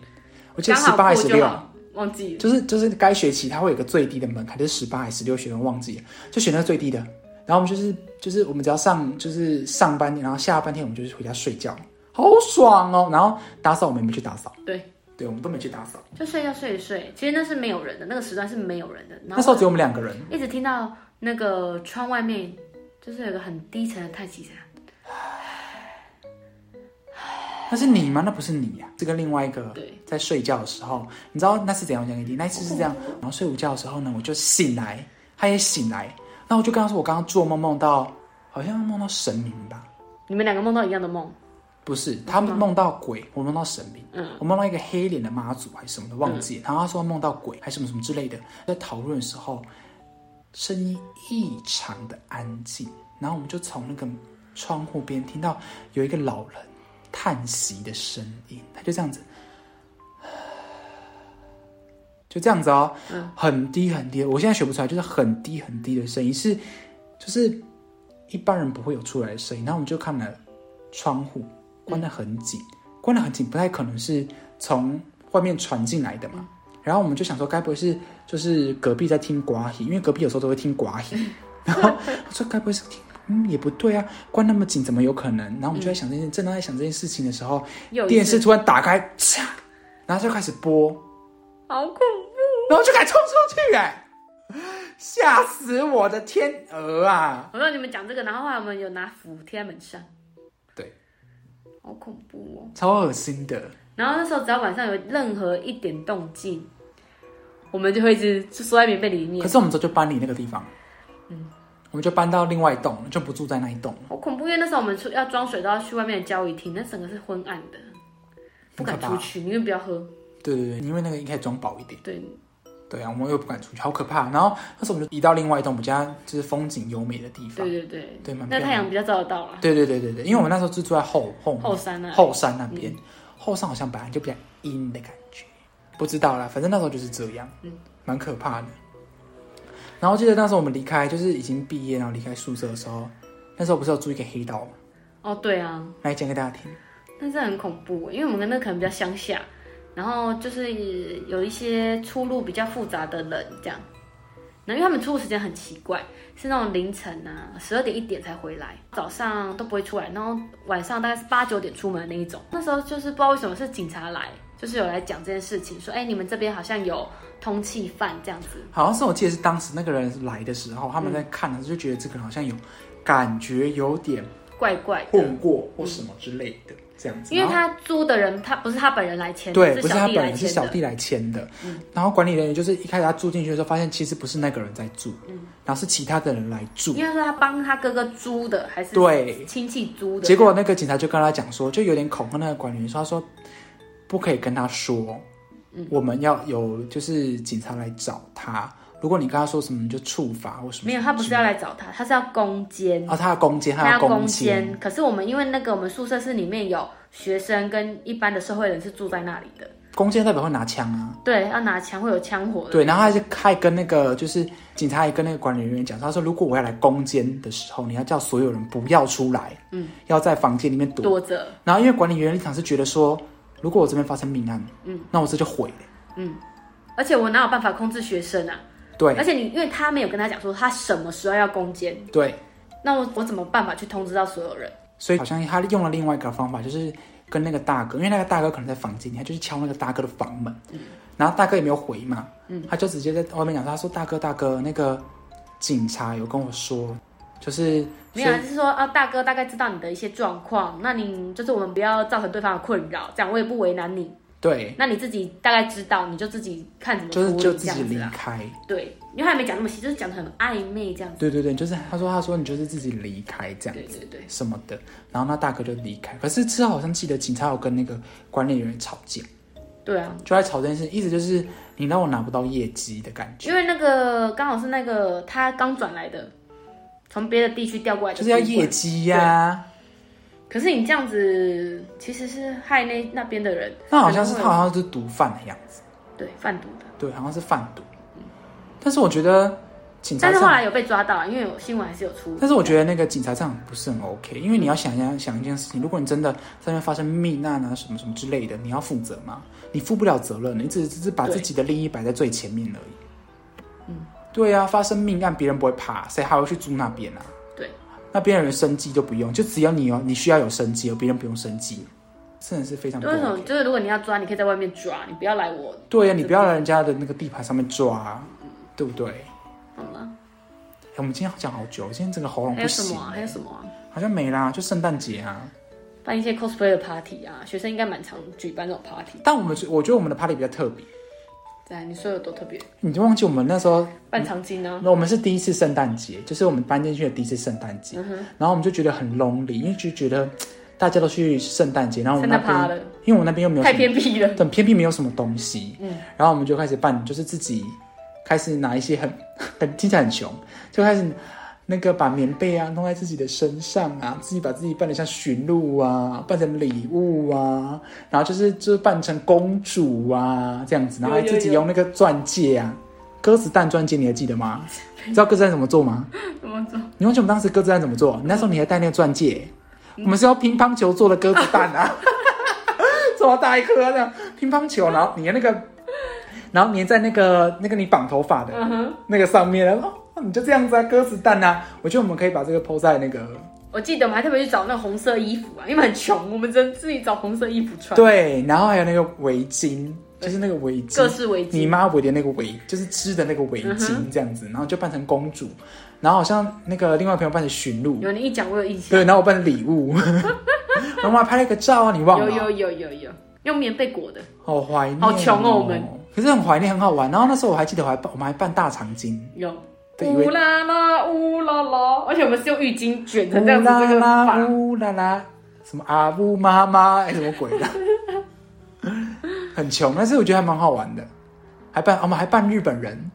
[SPEAKER 1] 我记得
[SPEAKER 2] 刚
[SPEAKER 1] 十
[SPEAKER 2] 好
[SPEAKER 1] 八还
[SPEAKER 2] 过
[SPEAKER 1] 是十
[SPEAKER 2] 就
[SPEAKER 1] 六，啊
[SPEAKER 2] 好，忘记了。
[SPEAKER 1] 就是就是该学期它会有一个最低的门槛，就是十八还是十六学分忘记了，就选那个最低的。然后我们就是就是我们只要上就是上半天，然后下半天我们就是回家睡觉，好爽哦。然后打扫我们也没去打扫，
[SPEAKER 2] 对，
[SPEAKER 1] 对我们都没去打扫，
[SPEAKER 2] 就睡觉睡一睡，其实那是没有人的，那个时段是没有人的。然
[SPEAKER 1] 那时
[SPEAKER 2] 后
[SPEAKER 1] 候只有我们两个人，
[SPEAKER 2] 一直听到那个窗外面，就是有一个很低沉的叹息声。
[SPEAKER 1] 那是你吗？那不是你呀、这个另外一个
[SPEAKER 2] 对
[SPEAKER 1] 在睡觉的时候，你知道那是怎样？我讲给你听，那一次是这
[SPEAKER 2] 哦
[SPEAKER 1] 样，然后睡午觉的时候呢，我就醒来，他也醒来，那我就跟他说，我刚刚做梦梦到，好像梦到神明吧？
[SPEAKER 2] 你们两个梦到一样的梦，
[SPEAKER 1] 不是，他梦到鬼，我梦到神明，
[SPEAKER 2] 嗯
[SPEAKER 1] 我梦到一个黑脸的妈祖还是什么的，忘记了。然后他说梦到鬼还是什么什么之类的，在讨论的时候，声音异常的安静，然后我们就从那个窗户边听到有一个老人叹息的声音，他就这样子，就这样子哦，
[SPEAKER 2] 嗯
[SPEAKER 1] 很低很低，我现在学不出来，就是很低很低的声音，是就是一般人不会有出来的声音。然后我们就看了窗户关得很紧，关得很紧，不太可能是从外面传进来的嘛。
[SPEAKER 2] 嗯
[SPEAKER 1] 然后我们就想说，该不会是就是隔壁在听寡喜，因为隔壁有时候都会听寡 喜。然后我说，该不会是听？嗯，也不对啊，关那么紧，怎么有可能？然后我们就在想这件，正当在想这件事情的时候，
[SPEAKER 2] 又嗯一
[SPEAKER 1] 电
[SPEAKER 2] 次
[SPEAKER 1] 视突然打开，嚓，然后就开始播。
[SPEAKER 2] 好恐怖。
[SPEAKER 1] 然后就敢冲出去、哎，吓死我的天鹅啊！
[SPEAKER 2] 我让你们讲这个，然后后来我们有拿符贴在门上，
[SPEAKER 1] 对，
[SPEAKER 2] 好恐怖哦。
[SPEAKER 1] 超恶心的，
[SPEAKER 2] 然后那时候只要晚上有任何一点动静，我们就会一直就缩在棉被里面
[SPEAKER 1] 可，是我们之后就搬离那个地方，
[SPEAKER 2] 嗯
[SPEAKER 1] 我们就搬到另外一栋，就不住在那一栋了，
[SPEAKER 2] 好恐怖。因为那时候我们出要装水都要去外面的交易厅，那整个是昏暗的，不敢
[SPEAKER 1] 很可怕
[SPEAKER 2] 出去，宁愿不要喝。
[SPEAKER 1] 对对对，因为那个应该装薄一点。
[SPEAKER 2] 对，
[SPEAKER 1] 对啊，我们又不敢出去，好可怕。然后那时候我们就移到另外一栋比较就是风景优美的地方
[SPEAKER 2] 对，对对，
[SPEAKER 1] 对，蛮漂
[SPEAKER 2] 那太
[SPEAKER 1] 亮的。
[SPEAKER 2] 阳比较照得到了，
[SPEAKER 1] 对对对对对，因为我们那时候是住在后后面
[SPEAKER 2] 后山啊，
[SPEAKER 1] 后山那边，后山好像本来就比较阴的感觉，不知道啦，反正那时候就是这样，嗯，蛮可怕的。然后记得那时候我们离开，就是已经毕业，然后离开宿舍的时候，那时候不是有住一个黑道吗？
[SPEAKER 2] 哦对啊，
[SPEAKER 1] 来讲给大家听，
[SPEAKER 2] 但是很恐怖，因为我们那可能比较乡下，然后就是有一些出入比较复杂的人这样。那因为他们出入时间很奇怪，是那种凌晨啊，十二点一点才回来，早上都不会出来，然后晚上大概是八九点出门那一种。那时候就是不知道为什么是警察来，就是有来讲这件事情，说哎、你们这边好像有通缉犯这样子。
[SPEAKER 1] 好像是我记得是当时那个人来的时候，他们在看的时候就觉得这个人好像有感觉有点
[SPEAKER 2] 怪怪的，
[SPEAKER 1] 混过或什么之类的，这样子。
[SPEAKER 2] 因为
[SPEAKER 1] 哦然后
[SPEAKER 2] 他租的人他不是他本人来签的，
[SPEAKER 1] 对，不是
[SPEAKER 2] 小
[SPEAKER 1] 他
[SPEAKER 2] 弟
[SPEAKER 1] 本
[SPEAKER 2] 来
[SPEAKER 1] 人是
[SPEAKER 2] 签
[SPEAKER 1] 小
[SPEAKER 2] 的，嗯
[SPEAKER 1] 弟来签的，然后管理人员就是一开始他住进去的时候，发现其实不是那个人在住，
[SPEAKER 2] 嗯
[SPEAKER 1] 然后是其他的人来住，
[SPEAKER 2] 因为是他帮他哥哥租的，还是
[SPEAKER 1] 对
[SPEAKER 2] 亲戚租的，
[SPEAKER 1] 结果那个警察就跟他讲说，就有点恐吓那个管理员说，他说不可以跟他说，
[SPEAKER 2] 嗯
[SPEAKER 1] 我们要有就是警察来找他，如果你跟他说什么，你就处罚或什么。
[SPEAKER 2] 没有，他不是要来找他，他是要攻坚，
[SPEAKER 1] 啊，他要攻坚，
[SPEAKER 2] 他
[SPEAKER 1] 要
[SPEAKER 2] 攻
[SPEAKER 1] 攻。
[SPEAKER 2] 坚。可是我们因为那个我们宿舍是里面有学生跟一般的社会人是住在那里的，
[SPEAKER 1] 攻坚代表会拿枪啊，
[SPEAKER 2] 对，要拿枪会有枪火的。
[SPEAKER 1] 对，然后他是还跟那个就是警察也跟那个管理人员讲，他说如果我要来攻坚的时候，你要叫所有人不要出来，嗯，要在房间里面躲
[SPEAKER 2] 躲着，
[SPEAKER 1] 然后因为管理员立场是觉得说，如果我这边发生命案，嗯，那我这就毁了，
[SPEAKER 2] 而且我哪有办法控制学生啊？
[SPEAKER 1] 对
[SPEAKER 2] 而且你因为他没有跟他讲说他什么时候要攻坚，
[SPEAKER 1] 对，
[SPEAKER 2] 那我我怎么办法去通知到所有人？
[SPEAKER 1] 所以好像他用了另外一个方法，就是跟那个大哥，因为那个大哥可能在房间里，他就是敲那个大哥的房门，然后大哥也没有回嘛，他就直接在外面讲说，他说大哥大哥，那个警察有跟我说，就是
[SPEAKER 2] 没有啊，就是说啊，大哥大概知道你的一些状况，那你就是我们不要造成对方的困扰，这样我也不为难你。
[SPEAKER 1] 对，
[SPEAKER 2] 那你自己大概知道，你就自己看怎么
[SPEAKER 1] 就是
[SPEAKER 2] 处理
[SPEAKER 1] 就
[SPEAKER 2] 这
[SPEAKER 1] 自己
[SPEAKER 2] 样
[SPEAKER 1] 离
[SPEAKER 2] 子啊。
[SPEAKER 1] 开，
[SPEAKER 2] 对，因为他也没讲那么细，就是讲的很暧昧这样子。
[SPEAKER 1] 对对对，就是他说他说你就是自己离开这样。
[SPEAKER 2] 对对对，
[SPEAKER 1] 什么的，然后那大哥就离开。可是之后好像记得警察有跟那个管理员吵架，
[SPEAKER 2] 对啊，
[SPEAKER 1] 就在吵这件事，一直就是你让我拿不到业绩的感觉，
[SPEAKER 2] 因为那个刚好是那个他刚转来的，从别的地区调过来的
[SPEAKER 1] 就是要
[SPEAKER 2] 主管
[SPEAKER 1] 业绩呀、
[SPEAKER 2] 可是你这样子其实是害那那边的人，
[SPEAKER 1] 那好像是他
[SPEAKER 2] 可能会
[SPEAKER 1] 好像是毒贩的样子，
[SPEAKER 2] 对贩毒的，
[SPEAKER 1] 对，好像是贩毒。但是我觉得警察
[SPEAKER 2] 但是后
[SPEAKER 1] 上，
[SPEAKER 2] 来有被抓到，因为有新闻还是有出。
[SPEAKER 1] 但是我觉得那个警察上不是很 OK，因为你要想一想想一件事情，如果你真的在那边发生命案啊什么什么之类的，你要负责吗？你负不了责任，你只只是把
[SPEAKER 2] 对
[SPEAKER 1] 自己的利益摆在最前面而已。嗯，对啊，发生命案别人不会怕，谁还会去住那边啊？
[SPEAKER 2] 对，
[SPEAKER 1] 那边的人生计就不用，就只要你有你需要有生计，而别人不用生计，真的是非常不
[SPEAKER 2] 就为什么
[SPEAKER 1] OK。
[SPEAKER 2] 就是如果你要抓，你可以在外面抓，你不要来我。
[SPEAKER 1] 对呀、你不要来人家的那个地盘上面抓、啊，对不对？哎
[SPEAKER 2] 好了，
[SPEAKER 1] 我们今天讲好久，今天整个喉咙
[SPEAKER 2] 还
[SPEAKER 1] 不
[SPEAKER 2] 有什
[SPEAKER 1] 行
[SPEAKER 2] 么、，啊？还有什么、啊？
[SPEAKER 1] 好像没啦，就圣诞节啊。
[SPEAKER 2] 办一些 cosplay 的 party 啊，学生应该蛮常举办这种 party。
[SPEAKER 1] 但我们我觉得我们的 party 比较特别，
[SPEAKER 2] 对啊，你说有多特别？
[SPEAKER 1] 你就忘记我们那时候，
[SPEAKER 2] 办长巾啊，
[SPEAKER 1] 我们是第一次圣诞节，就是我们搬进去的第一次圣诞
[SPEAKER 2] 嗯
[SPEAKER 1] 节，然后我们就觉得很 lonely，因为就觉得大家都去圣诞节，然后我
[SPEAKER 2] 圣
[SPEAKER 1] 们那
[SPEAKER 2] 诞趴
[SPEAKER 1] 边，
[SPEAKER 2] 了，
[SPEAKER 1] 因为我们那边又没有什
[SPEAKER 2] 太
[SPEAKER 1] 么
[SPEAKER 2] 偏僻了。
[SPEAKER 1] 很偏僻，没有什么东西。
[SPEAKER 2] 嗯
[SPEAKER 1] 嗯，然后我们就开始办，就是自己开始拿一些很 很听起来很穷，就开始那个把棉被啊弄在自己的身上啊，自己把自己扮得像驯鹿啊，扮成礼物啊，然后就是就是扮成公主啊这样子，然后
[SPEAKER 2] 有有
[SPEAKER 1] 自己
[SPEAKER 2] 有
[SPEAKER 1] 用那个钻戒啊，鸽子蛋钻戒，你还记得 吗？你知道鸽子蛋怎么做吗？
[SPEAKER 2] 怎么做？
[SPEAKER 1] 你忘记我们当时鸽子蛋怎么做？你那时候你还戴那个钻戒，我们是用乒乓球做的鸽子蛋啊， 这么大一颗这样乒乓球，然后你的那个，然后粘在那个那个你绑头发的
[SPEAKER 2] 嗯哼，
[SPEAKER 1] 那个上面，然后哦你就这样子啊，鸽子蛋啊，我觉得我们可以把这个 PO 在那个，
[SPEAKER 2] 我记得我们还特别去找那个红色衣服啊，因为很穷，我们只能自己找红色衣服穿，
[SPEAKER 1] 对，然后还有那个围巾，就是那个围巾
[SPEAKER 2] 各，式围
[SPEAKER 1] 你
[SPEAKER 2] 巾。嗯
[SPEAKER 1] 妈围的那个围，就是织的那个围巾这样子，然后就扮成公主，然后好像那个另外一个朋友扮成驯鹿，
[SPEAKER 2] 有你一讲，我有印象。
[SPEAKER 1] 对，然后我办礼 物，然后我还拍了个照啊，你忘
[SPEAKER 2] 有
[SPEAKER 1] 了？
[SPEAKER 2] 有有有有，用棉被裹的。
[SPEAKER 1] 好怀念、
[SPEAKER 2] 好穷哦我们。
[SPEAKER 1] 可是很怀念，很好玩。然后那时候我还记得，我还办我们还办大长今，
[SPEAKER 2] 有。
[SPEAKER 1] 对
[SPEAKER 2] 乌啦啦乌啦啦，而且我们是用浴巾卷成这样
[SPEAKER 1] 乌
[SPEAKER 2] 子
[SPEAKER 1] 啦
[SPEAKER 2] 这个
[SPEAKER 1] 啦
[SPEAKER 2] 发，
[SPEAKER 1] 乌啦啦，什么阿乌妈妈，哎，什么鬼的，很穷，但是我觉得还蛮好玩的。还哦扮我们还扮日本人，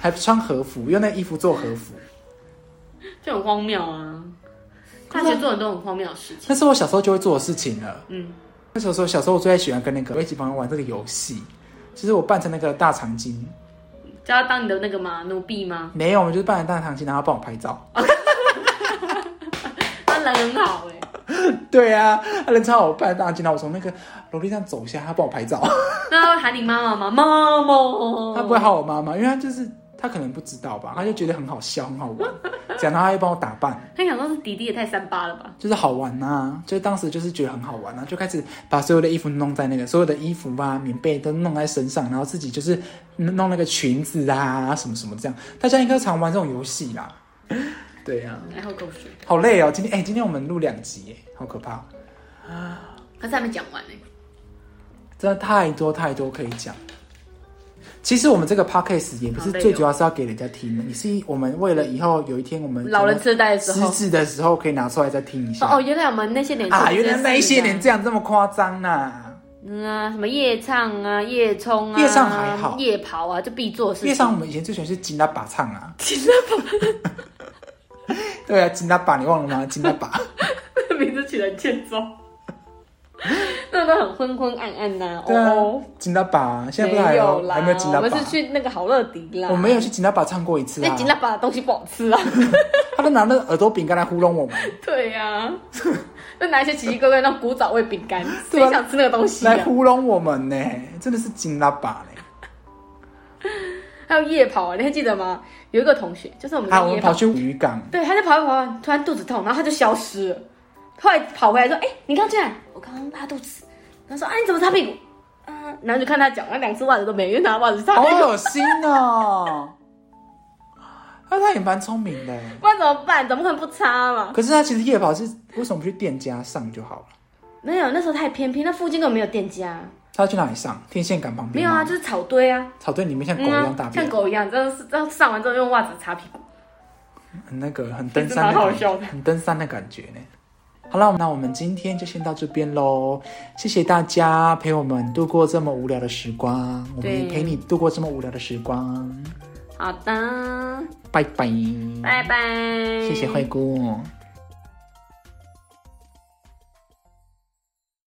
[SPEAKER 1] 还穿和服，用那衣服做和服。
[SPEAKER 2] 就很荒谬啊。大学做很多很荒谬的事情。
[SPEAKER 1] 那是我小时候就会做的事情了。
[SPEAKER 2] 嗯，
[SPEAKER 1] 那时候小时候我最喜欢跟那个我一起朋友玩这个游戏，就是我扮成那个大长今，
[SPEAKER 2] 叫他当你的那个吗？奴婢吗？
[SPEAKER 1] 没有，我们就是扮成大长今，然后帮我拍照。
[SPEAKER 2] 他人很好哎、
[SPEAKER 1] 对啊，他人超好扮大金，然后我从那个楼梯上走下，他帮我拍照。
[SPEAKER 2] 那他会喊你妈妈吗？妈妈。
[SPEAKER 1] 他不会害我妈妈，因为他就是他可能不知道吧，他就觉得很好笑，很好玩。讲到他又帮我打扮，
[SPEAKER 2] 他想说是弟弟也太三八了吧？
[SPEAKER 1] 就是好玩呐、就是当时就是觉得很好玩啊，就开始把所有的衣服弄在那个所有的衣服啊、棉被都弄在身上，然后自己就是弄那个裙子啊什么什么这样。大家应该常玩这种游戏啦。对呀、啊，
[SPEAKER 2] 还喝哎口水，
[SPEAKER 1] 好累哦，今天哎、今天我们录两集耶，好可怕，哦
[SPEAKER 2] 可是还没讲完呢、欸
[SPEAKER 1] 真的太多太多可以讲。其实我们这个 podcast 也不是
[SPEAKER 2] 好累哦
[SPEAKER 1] 最主要是要给人家听的，你是我们为了以后有一天我们
[SPEAKER 2] 老人痴呆的时
[SPEAKER 1] 失
[SPEAKER 2] 候，
[SPEAKER 1] 智的时候可以拿出来再听一下。
[SPEAKER 2] 哦，原来我们那些年轻
[SPEAKER 1] 啊，
[SPEAKER 2] 人
[SPEAKER 1] 原来那一些
[SPEAKER 2] 是
[SPEAKER 1] 年
[SPEAKER 2] 这样，
[SPEAKER 1] 这样这么夸张呐！
[SPEAKER 2] 嗯啊，什么夜唱啊、夜冲啊、
[SPEAKER 1] 夜唱还好
[SPEAKER 2] 夜跑啊，就必做的事情。
[SPEAKER 1] 夜上我们以前最喜欢是金拉把唱啊，金拉把， 对啊，金拉把你忘了吗？金拉 把，
[SPEAKER 2] 名字取得很欠揍， 那都很昏昏暗暗呐、
[SPEAKER 1] 对啊
[SPEAKER 2] 哦，，
[SPEAKER 1] 金拉把，现在不
[SPEAKER 2] 没
[SPEAKER 1] 是还
[SPEAKER 2] 有
[SPEAKER 1] 有
[SPEAKER 2] 啦，
[SPEAKER 1] 还没有金拉
[SPEAKER 2] 我
[SPEAKER 1] 把
[SPEAKER 2] 们？是去那个好乐迪啦。哎
[SPEAKER 1] 我没有去金拉把唱过一次
[SPEAKER 2] 那
[SPEAKER 1] 啊
[SPEAKER 2] 吉，拉把的东西不好吃啊。
[SPEAKER 1] 他都拿那个耳朵饼干来糊弄我们，
[SPEAKER 2] 对呀、 就拿一些奇奇怪怪那种古早味饼干，谁
[SPEAKER 1] 对啊
[SPEAKER 2] 想吃那个东西、
[SPEAKER 1] 来
[SPEAKER 2] 啊？
[SPEAKER 1] 糊弄我们呢，真的是金拉把呢。
[SPEAKER 2] 还有夜跑啊，你还记得吗？有一个同学，就是我们在
[SPEAKER 1] 好，我
[SPEAKER 2] 夜
[SPEAKER 1] 们
[SPEAKER 2] 跑
[SPEAKER 1] 跑，去渔港，
[SPEAKER 2] 对，他就跑一跑，突然肚子痛，然后他就消失了。后来跑回来说：“哎、你刚去哪？我刚刚拉肚子。”然后说：“啊，你怎么擦屁股？”嗯、然后就看他脚，那两只袜子都没有，因为拿袜子擦
[SPEAKER 1] 好
[SPEAKER 2] 屁 股，
[SPEAKER 1] 恶心哦。那他也蛮聪明的，
[SPEAKER 2] 不哎然怎么办？怎么可能不擦嘛？
[SPEAKER 1] 可是他其实夜跑是为什么不去店家上就好了？
[SPEAKER 2] 没有，那时候太偏僻，那附近根本没有店家，
[SPEAKER 1] 他要去哪里上？天线杆旁
[SPEAKER 2] 没
[SPEAKER 1] 边
[SPEAKER 2] 有
[SPEAKER 1] 吗
[SPEAKER 2] 啊，就是草堆啊，
[SPEAKER 1] 草堆里面像狗一
[SPEAKER 2] 嗯
[SPEAKER 1] 样
[SPEAKER 2] 啊
[SPEAKER 1] 大，便
[SPEAKER 2] 像，狗一样，真的是，然后上完之后用袜子擦屁股。
[SPEAKER 1] 很那个 很登山
[SPEAKER 2] 其实蛮好
[SPEAKER 1] 的感
[SPEAKER 2] 笑
[SPEAKER 1] 觉，
[SPEAKER 2] 的
[SPEAKER 1] 很登山的感觉呢。好了，那我们今天就先到这边喽，谢谢大家陪我们度过这么无聊的时光，我们
[SPEAKER 2] 对
[SPEAKER 1] 也陪你度过这么无聊的时光，
[SPEAKER 2] 好的，
[SPEAKER 1] 拜拜，
[SPEAKER 2] 拜拜，
[SPEAKER 1] 谢谢惠顾。